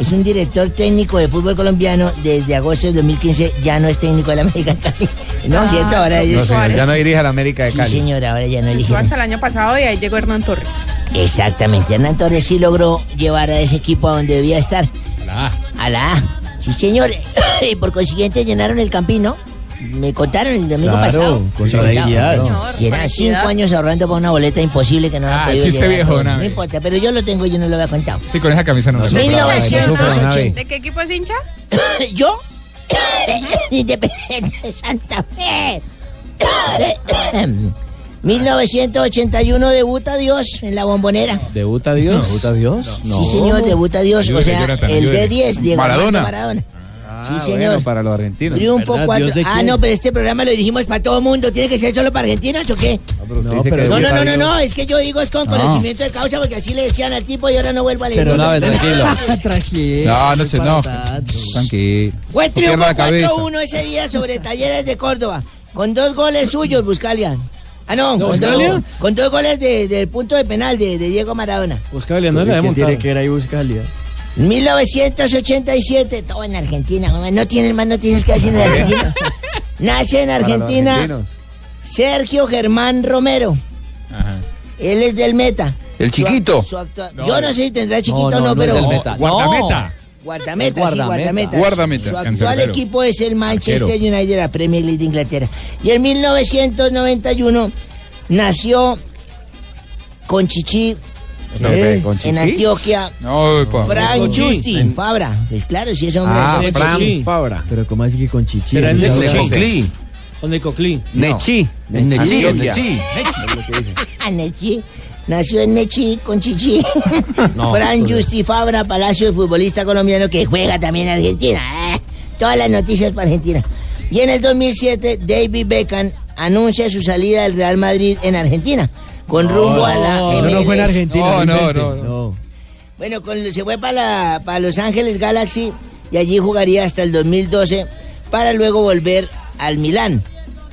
S19: es un director técnico de fútbol colombiano. Desde agosto de 2015 ya no es técnico de la América de Cali. <laughs> No,
S17: Ah,
S19: ¿cierto? Ahora ellos.
S10: No, señor, ya no dirige a la América de
S19: Sí,
S10: Cali.
S19: señora, ahora ya no
S17: Estuvo
S19: elige.
S17: hasta el año pasado y ahí llegó Hernán Torres.
S19: Exactamente. Hernán Torres sí logró llevar a ese equipo a donde debía estar. A la A. Sí, señor. <coughs> y por consiguiente llenaron el campino. Me contaron el domingo
S9: Claro,
S19: pasado.
S9: con
S19: Llevan
S9: tranquilidad.
S19: Llevan cinco años ahorrando para una boleta imposible que no han
S6: Ah,
S19: podido
S6: chiste
S19: llenar.
S6: viejo, don
S19: no
S6: Abe.
S19: importa, pero yo lo tengo y yo no lo había contado.
S6: Sí, con esa camisa no,
S19: No
S6: me
S19: sufra,
S6: meto.
S19: don Abe, no sufra, don Abe.
S17: ¿De qué equipo es hincha?
S19: <coughs> ¿Yo? <coughs> Independiente de Santa Fe. <coughs> 1981 debuta Dios en la bombonera.
S4: ¿Debuta Dios? ¿Debuta Dios?
S19: Sí, señor, debuta Dios. o
S4: Ayúdeme,
S19: sea,
S4: Jonathan,
S19: el
S4: ayúdeme.
S19: D10, Diego
S4: Maradona.
S19: Armando Maradona.
S10: Ah,
S19: sí,
S10: bueno,
S19: señor.
S10: para los argentinos.
S19: Triunfo
S10: ¿Verdad?
S19: cuatro.
S10: ¿Dios de
S19: Ah,
S10: quién?
S19: no, pero este programa lo dijimos para todo mundo. ¿Tiene que ser solo para argentinos o qué?
S10: No, pero
S19: No, no,
S10: debuta
S19: no, no,
S10: Dios.
S19: no, es que yo digo es con
S10: No.
S19: conocimiento de causa porque así le decían al tipo y ahora no vuelvo a leer.
S12: Pero no,
S19: nada,
S12: tranquilo.
S9: tranquilo.
S12: No, no se
S9: para
S12: enoje. Tranquilo.
S19: Fue
S12: No pierda
S19: triunfo
S12: la cabeza.
S19: 4-1 ese día sobre Talleres de Córdoba. Con dos goles suyos, Buscalia. Ah, no,
S7: No,
S19: con,
S7: Buscalia.
S19: dos, con dos goles de- del punto de penal de, de Diego Maradona.
S7: Buscalia, no la hemos
S9: tiene que ir ahí Buscalia?
S19: 1987, todo en Argentina. mamá. No tienen más noticias que hacer en
S12: <laughs>
S19: Argentina. Nace en Argentina Sergio Germán Romero. Él es del Meta.
S12: El
S19: Su-
S12: chiquito.
S19: su actua- Yo no sé si tendrá chiquito o no,
S12: no, no es
S19: pero.
S12: del Meta. No. Guardameta.
S19: Guardameta, sí, guardameta.
S12: Guardameta.
S19: Su actual
S12: Cancerbero.
S19: equipo es el Manchester
S12: Arquero.
S19: United de la Premier League de Inglaterra. Y en 1991 nació con Chichi
S12: ¿Qué? ¿Con Chichi?
S19: ¿eh? en Antioquia.
S12: No, pa.
S19: Frank
S12: Con
S19: Justi,
S12: Chichi.
S19: Fabra. Pues claro, si es hombre.
S12: Pues, Ah,
S19: es hombre.
S12: Fran Chichi.
S9: Fabra. Pero ¿cómo así que con Chichi?
S7: Será el
S9: Sí,
S7: Neco
S9: sí.
S7: Cli. O Neco Cli.
S9: Nechi.
S19: Nechi,
S9: Nechi.
S19: Ah, Nechi. Nació en Nechi con Chichi.
S9: No,
S19: <laughs> Fran
S9: sorry.
S19: Justi Fabra Palacio, el futbolista colombiano que juega también en Argentina. Ah, Todas las noticias para Argentina. Y en el 2007, David Beckham anuncia su salida del Real Madrid en Argentina. Con rumbo a la
S9: No, no fue en
S19: MLS.
S9: Argentina. invente.
S19: Bueno, con- se fue para, la- para Los Ángeles Galaxy y allí jugaría hasta el 2012 para luego volver al Milán.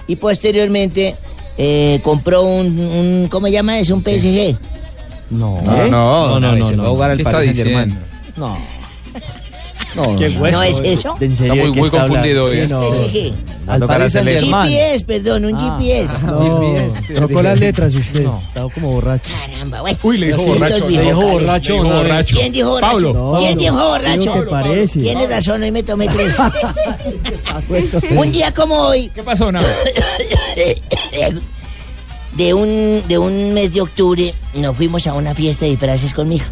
S19: Y posteriormente eh, compró un, un- ¿cómo se llama eso? Un PSG.
S4: No,
S19: ¿Eh?
S4: no, no, no, no, no. jugar al
S12: ¿Qué
S4: Paris
S12: está
S4: Saint-Germain.
S12: diciendo?
S4: No.
S12: No,
S4: Qué hueso,
S19: ¿No es
S4: eh.
S19: eso?
S4: ¿En serio?
S12: Está muy-
S4: ¿Qué
S12: muy
S4: hablando?
S12: confundido hoy.
S4: Sí, no.
S19: PSG.
S4: Al
S12: Tocará
S4: Paris
S12: hacerle-
S4: Saint-Germain.
S19: GPS, perdón,
S9: Ah.
S19: un
S9: <laughs>
S19: GPS.
S9: No, trocó las letras usted. Estaba como borracho.
S19: Caramba, güey.
S9: Uy, le dijo
S19: Estos
S9: borracho,
S19: viejos
S9: le dijo
S19: locales.
S9: borracho, Le dijo Javi. borracho.
S19: ¿Quién dijo borracho?
S9: Pablo. No,
S19: ¿Quién dijo
S9: Pablo,
S19: borracho?
S9: digo que parece.
S19: Tiene razón, hoy me tomé
S9: <laughs>
S19: tres. un día como hoy. ¿Qué
S6: pasó, Nave?
S19: <coughs> De un, de un mes de octubre nos fuimos a una fiesta de disfraces con mi hija.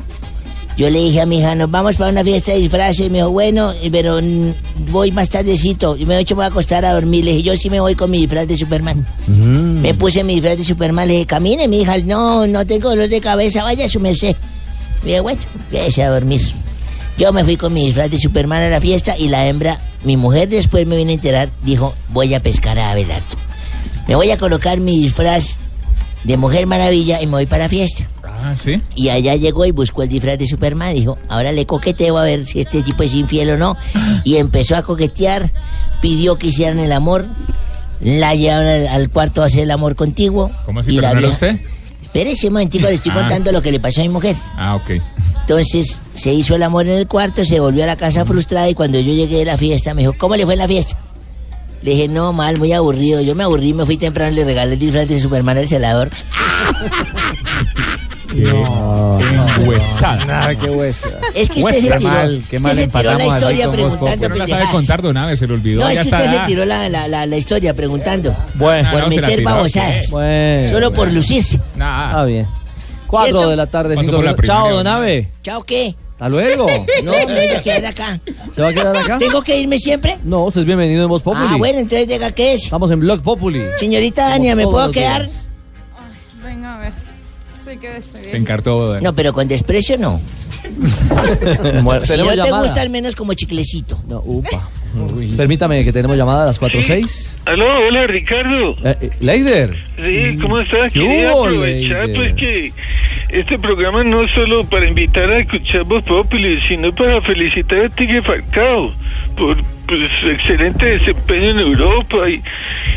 S19: Yo le dije a mi hija, nos vamos para una fiesta de disfraces. Me dijo, bueno, pero mm, voy más tardecito. Y me dijo, "Yo me voy a acostar a dormir. Le dije, yo sí me voy con mi disfraz de Superman. Me puse mi disfraz de Superman, le dije, camine, mi hija, no, no tengo dolor de cabeza, vaya a su merced. Le dije, bueno, quédese a dormir. Yo me fui con mi disfraz de Superman a la fiesta y la hembra, mi mujer después me vino a enterar, dijo, voy a pescar a Abelardo. Me voy a colocar mi disfraz de Mujer Maravilla y me voy para la fiesta.
S6: Ah, sí.
S19: Y allá llegó y buscó el disfraz de Superman. Dijo, ahora le coqueteo a ver si este tipo es infiel o no. Y empezó a coquetear, pidió que hicieran el amor. La llevaron al, al cuarto a hacer el amor contiguo.
S6: ¿Cómo así?
S19: Y la
S6: ¿Pero no era
S19: vieja-
S6: usted?
S19: Espérese un momentico, le estoy
S6: Ah.
S19: contando lo que le pasó a mi mujer.
S6: Ah, ok.
S19: Entonces se hizo el amor en el cuarto, se volvió a la casa frustrada y cuando yo llegué de la fiesta me dijo, ¿cómo le fue en la fiesta? Le dije, no, mal, muy aburrido. Yo me aburrí, me fui temprano, le regalé el disfraz de Superman al celador.
S6: Qué huesada.
S31: Nada, qué huesa.
S19: Es que usted se tiró, usted se tiró la historia preguntando
S6: Pero no la sabe
S19: pendejadas.
S6: contar, don Abe, se le olvidó.
S19: No, es
S6: ya
S19: que
S6: está. ¿ah?
S19: usted se tiró la, la, la, la historia preguntando.
S6: Bueno.
S19: por
S6: No, no, se la
S19: meter
S6: tiró.
S19: babosadas.
S6: Bueno.
S19: Solo por lucirse.
S4: Está Ah, bien. Cuatro
S19: ¿Cierto?
S4: de la tarde,
S19: Pasó
S4: cinco
S19: por la
S4: minutos.
S19: primera
S4: Chao,
S19: hora.
S4: don Ave.
S19: ¿Chao qué?
S4: Hasta luego.
S19: No, me voy a quedar acá.
S4: ¿Se va a quedar acá?
S19: ¿Tengo que irme siempre?
S4: No, usted es bienvenido en Voz Populi.
S19: Ah, bueno, entonces diga qué es.
S4: Estamos en Blog Populi.
S19: Señorita
S4: Como
S19: Dania, ¿me
S4: todos
S19: puedo
S4: los
S19: quedar?
S4: días.
S5: Venga, a ver. Sí,
S4: <laughs>
S19: <laughs>
S5: quédese bien.
S6: encartó.
S19: No, pero con desprecio no. si no
S4: Tenemos
S19: te
S4: llamada.
S19: gusta al menos como chiclecito.
S4: No, upa. Permítame que tenemos llamada a las 4.06.
S27: Aló, hola Ricardo.
S4: Eh, eh, Leider.
S27: Sí, ¿cómo
S4: Mm.
S27: estás?
S4: ¿Qué
S27: Quería
S4: hubo,
S27: aprovechar
S4: Leider?
S27: pues que este programa no es solo para invitar a escuchar Voz Populi, sino para felicitar a Tigre Falcao por pues, su excelente desempeño en Europa. Y,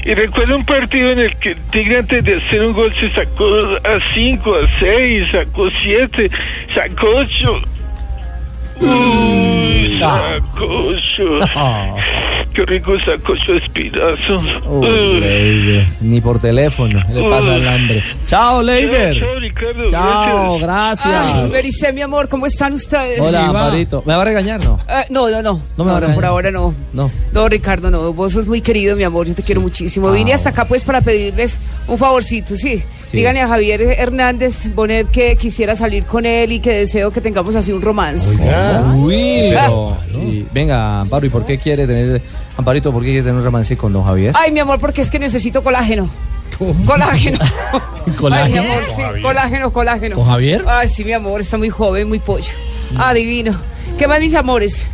S27: y recuerdo un partido en el que el Tigre antes de hacer un gol se sacó a 5, a 6, sacó 7, sacó 8.
S4: Mm.
S27: Uy, sacó
S4: Ah.
S27: 8. Qué rico sacocho espinazo.
S4: Uy, Leider. Ni por teléfono. Le pasa el hambre. Chao, Leider.
S27: Chao, Ricardo.
S4: Chao,
S16: Ay,
S4: gracias.
S16: Bericé, mi amor, ¿cómo están ustedes?
S4: Hola, Amparito. ¿Me va a regañar? No.
S16: Eh, no, no, no.
S4: No me va a regañar.
S16: por ahora no.
S4: No.
S16: No, Ricardo, no. Vos sos muy querido, mi amor. Yo te quiero muchísimo. Vine hasta acá, pues, para pedirles un favorcito, sí.
S4: Ah. Sí.
S16: Díganle a Javier Hernández Bonet que quisiera salir con él y que deseo que tengamos así un romance. Ah.
S4: Uy,
S16: Ah.
S4: pero, y- venga, Amparo, ¿y por qué quiere tener, Amparito, por qué quiere tener un romance con don Javier?
S16: Ay, mi amor, porque es que necesito colágeno. Colágeno. Ay, mi amor, sí, colágeno, colágeno.
S4: ¿Con Javier? Mm.
S16: Ay, sí, mi amor, está muy joven, muy pollo. Adivino. ¿Qué más, mis amores?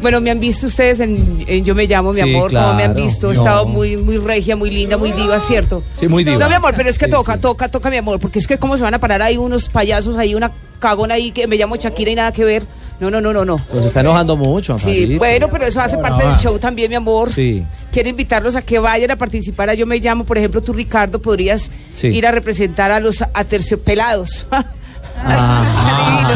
S16: Bueno, me han visto ustedes en, en Yo Me Llamo, mi
S4: Sí,
S16: amor, como me han
S4: claro.
S16: visto. He
S4: No.
S16: estado muy, muy regia, muy linda, muy diva, ¿cierto?
S4: Sí, muy diva.
S16: No, mi amor, pero es que
S4: Sí,
S16: toca,
S4: sí.
S16: toca, toca, mi amor, porque es que cómo se van a parar ahí unos payasos, ahí una cagona ahí que me llamo Shakira y nada que ver. No, no, no, no, no.
S4: Los Pues está enojando mucho, Amparito.
S16: Sí, bueno, pero eso hace parte del show también, mi amor. <laughs>
S4: Sí.
S16: Quiero invitarlos a que vayan a participar. a Yo me llamo, por ejemplo, tú, Ricardo, podrías
S4: Sí. <laughs>
S16: ir a representar a los aterciopelados.
S4: Ah,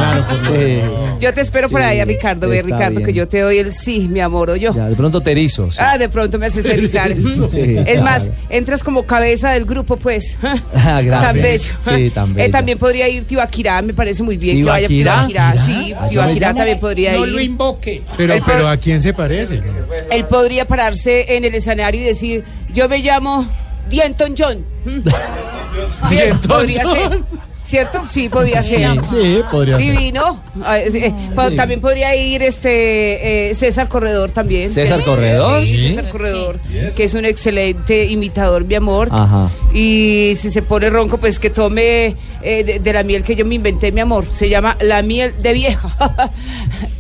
S16: Yo te espero por
S4: Sí,
S16: allá, Ricardo. Ve,
S4: está
S16: Ricardo, que
S4: bien.
S16: yo te doy el sí, mi amor, o yo.
S4: Ya, de pronto terizo. sí.
S16: Ah, de pronto me
S4: <laughs>
S16: haces erizar. <laughs>
S4: Sí,
S16: es
S4: claro.
S16: más, entras como cabeza del
S4: <laughs>
S16: grupo, pues.
S4: Ah, gracias.
S16: Tan bello.
S4: Sí, tan
S16: Eh,
S4: bello.
S16: también podría ir Tibaquirá, me parece muy bien que
S9: ¿Tibaquirá?
S16: vaya Tibaquirá. Sí,
S9: Ah, yo me
S16: Tibaquirá
S9: llamo-
S16: también podría ir.
S9: No lo
S16: invoque.
S9: Pero,
S16: él,
S9: pero ¿a quién se parece?
S16: pod- él podría pararse en el escenario y decir, yo me llamo Dienton John. Mm.
S14: <laughs>
S9: Dienton
S16: podría
S9: John.
S16: ser. ¿Cierto? Sí, podría
S9: Sí,
S16: ser.
S9: sí, podría ser.
S16: Divino. Ah, eh, eh, pa- También podría ir este eh, César Corredor también.
S4: César
S16: Sí,
S4: Corredor.
S16: Sí,
S4: Sí.
S16: César Corredor, que es un excelente imitador, mi amor.
S4: Ajá.
S16: Y si se pone ronco, pues que tome eh, de, de la miel que yo me inventé, mi amor. Se llama la miel de vieja. <laughs>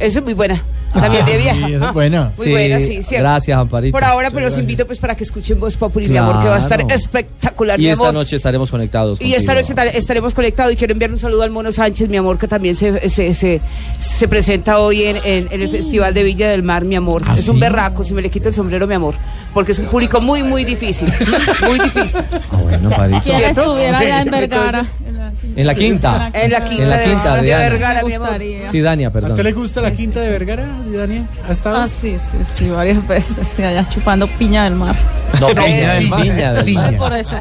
S16: Esa es muy buena. La miel
S4: Ah,
S16: de vieja.
S9: esa es buena.
S16: Muy buena, sí, cierto.
S4: Gracias, Amparito.
S16: Por ahora, pero los invito pues para que escuchen Voz Populi, mi amor, que va a estar
S4: Claro.
S16: espectacular,
S4: Y
S16: mi
S4: esta
S16: amor.
S4: noche estaremos conectados.
S16: Y esta
S4: contigo.
S16: noche ta- estaremos conectados y quiero enviar un saludo al Mono Sánchez, mi amor, que también se, se, se, se presenta hoy en, en- en el Festival de Villa del Mar, mi
S4: ¿Ah,
S16: amor. es un berraco, si me le quito el sombrero, mi amor, porque es un público muy,
S4: <laughs>
S16: muy difícil. Muy difícil.
S4: Bueno,
S16: <laughs>
S4: Amparito.
S32: Quisiera estuviera allá en Vergara.
S4: En la quinta.
S16: En la quinta,
S4: En la quinta
S16: de,
S4: de
S16: de
S4: Ana.
S16: Vergara, mi amor.
S4: Sí, Dania,
S9: ¿A
S4: perdón.
S9: usted le gusta la quinta de Vergara, Dani? ¿Ha estado?
S10: Ah, sí, sí,
S9: <laughs>
S10: sí, varias veces. Sí, allá chupando piña del mar.
S4: No, piña,
S10: sí.
S4: piña, de-
S10: Por eso.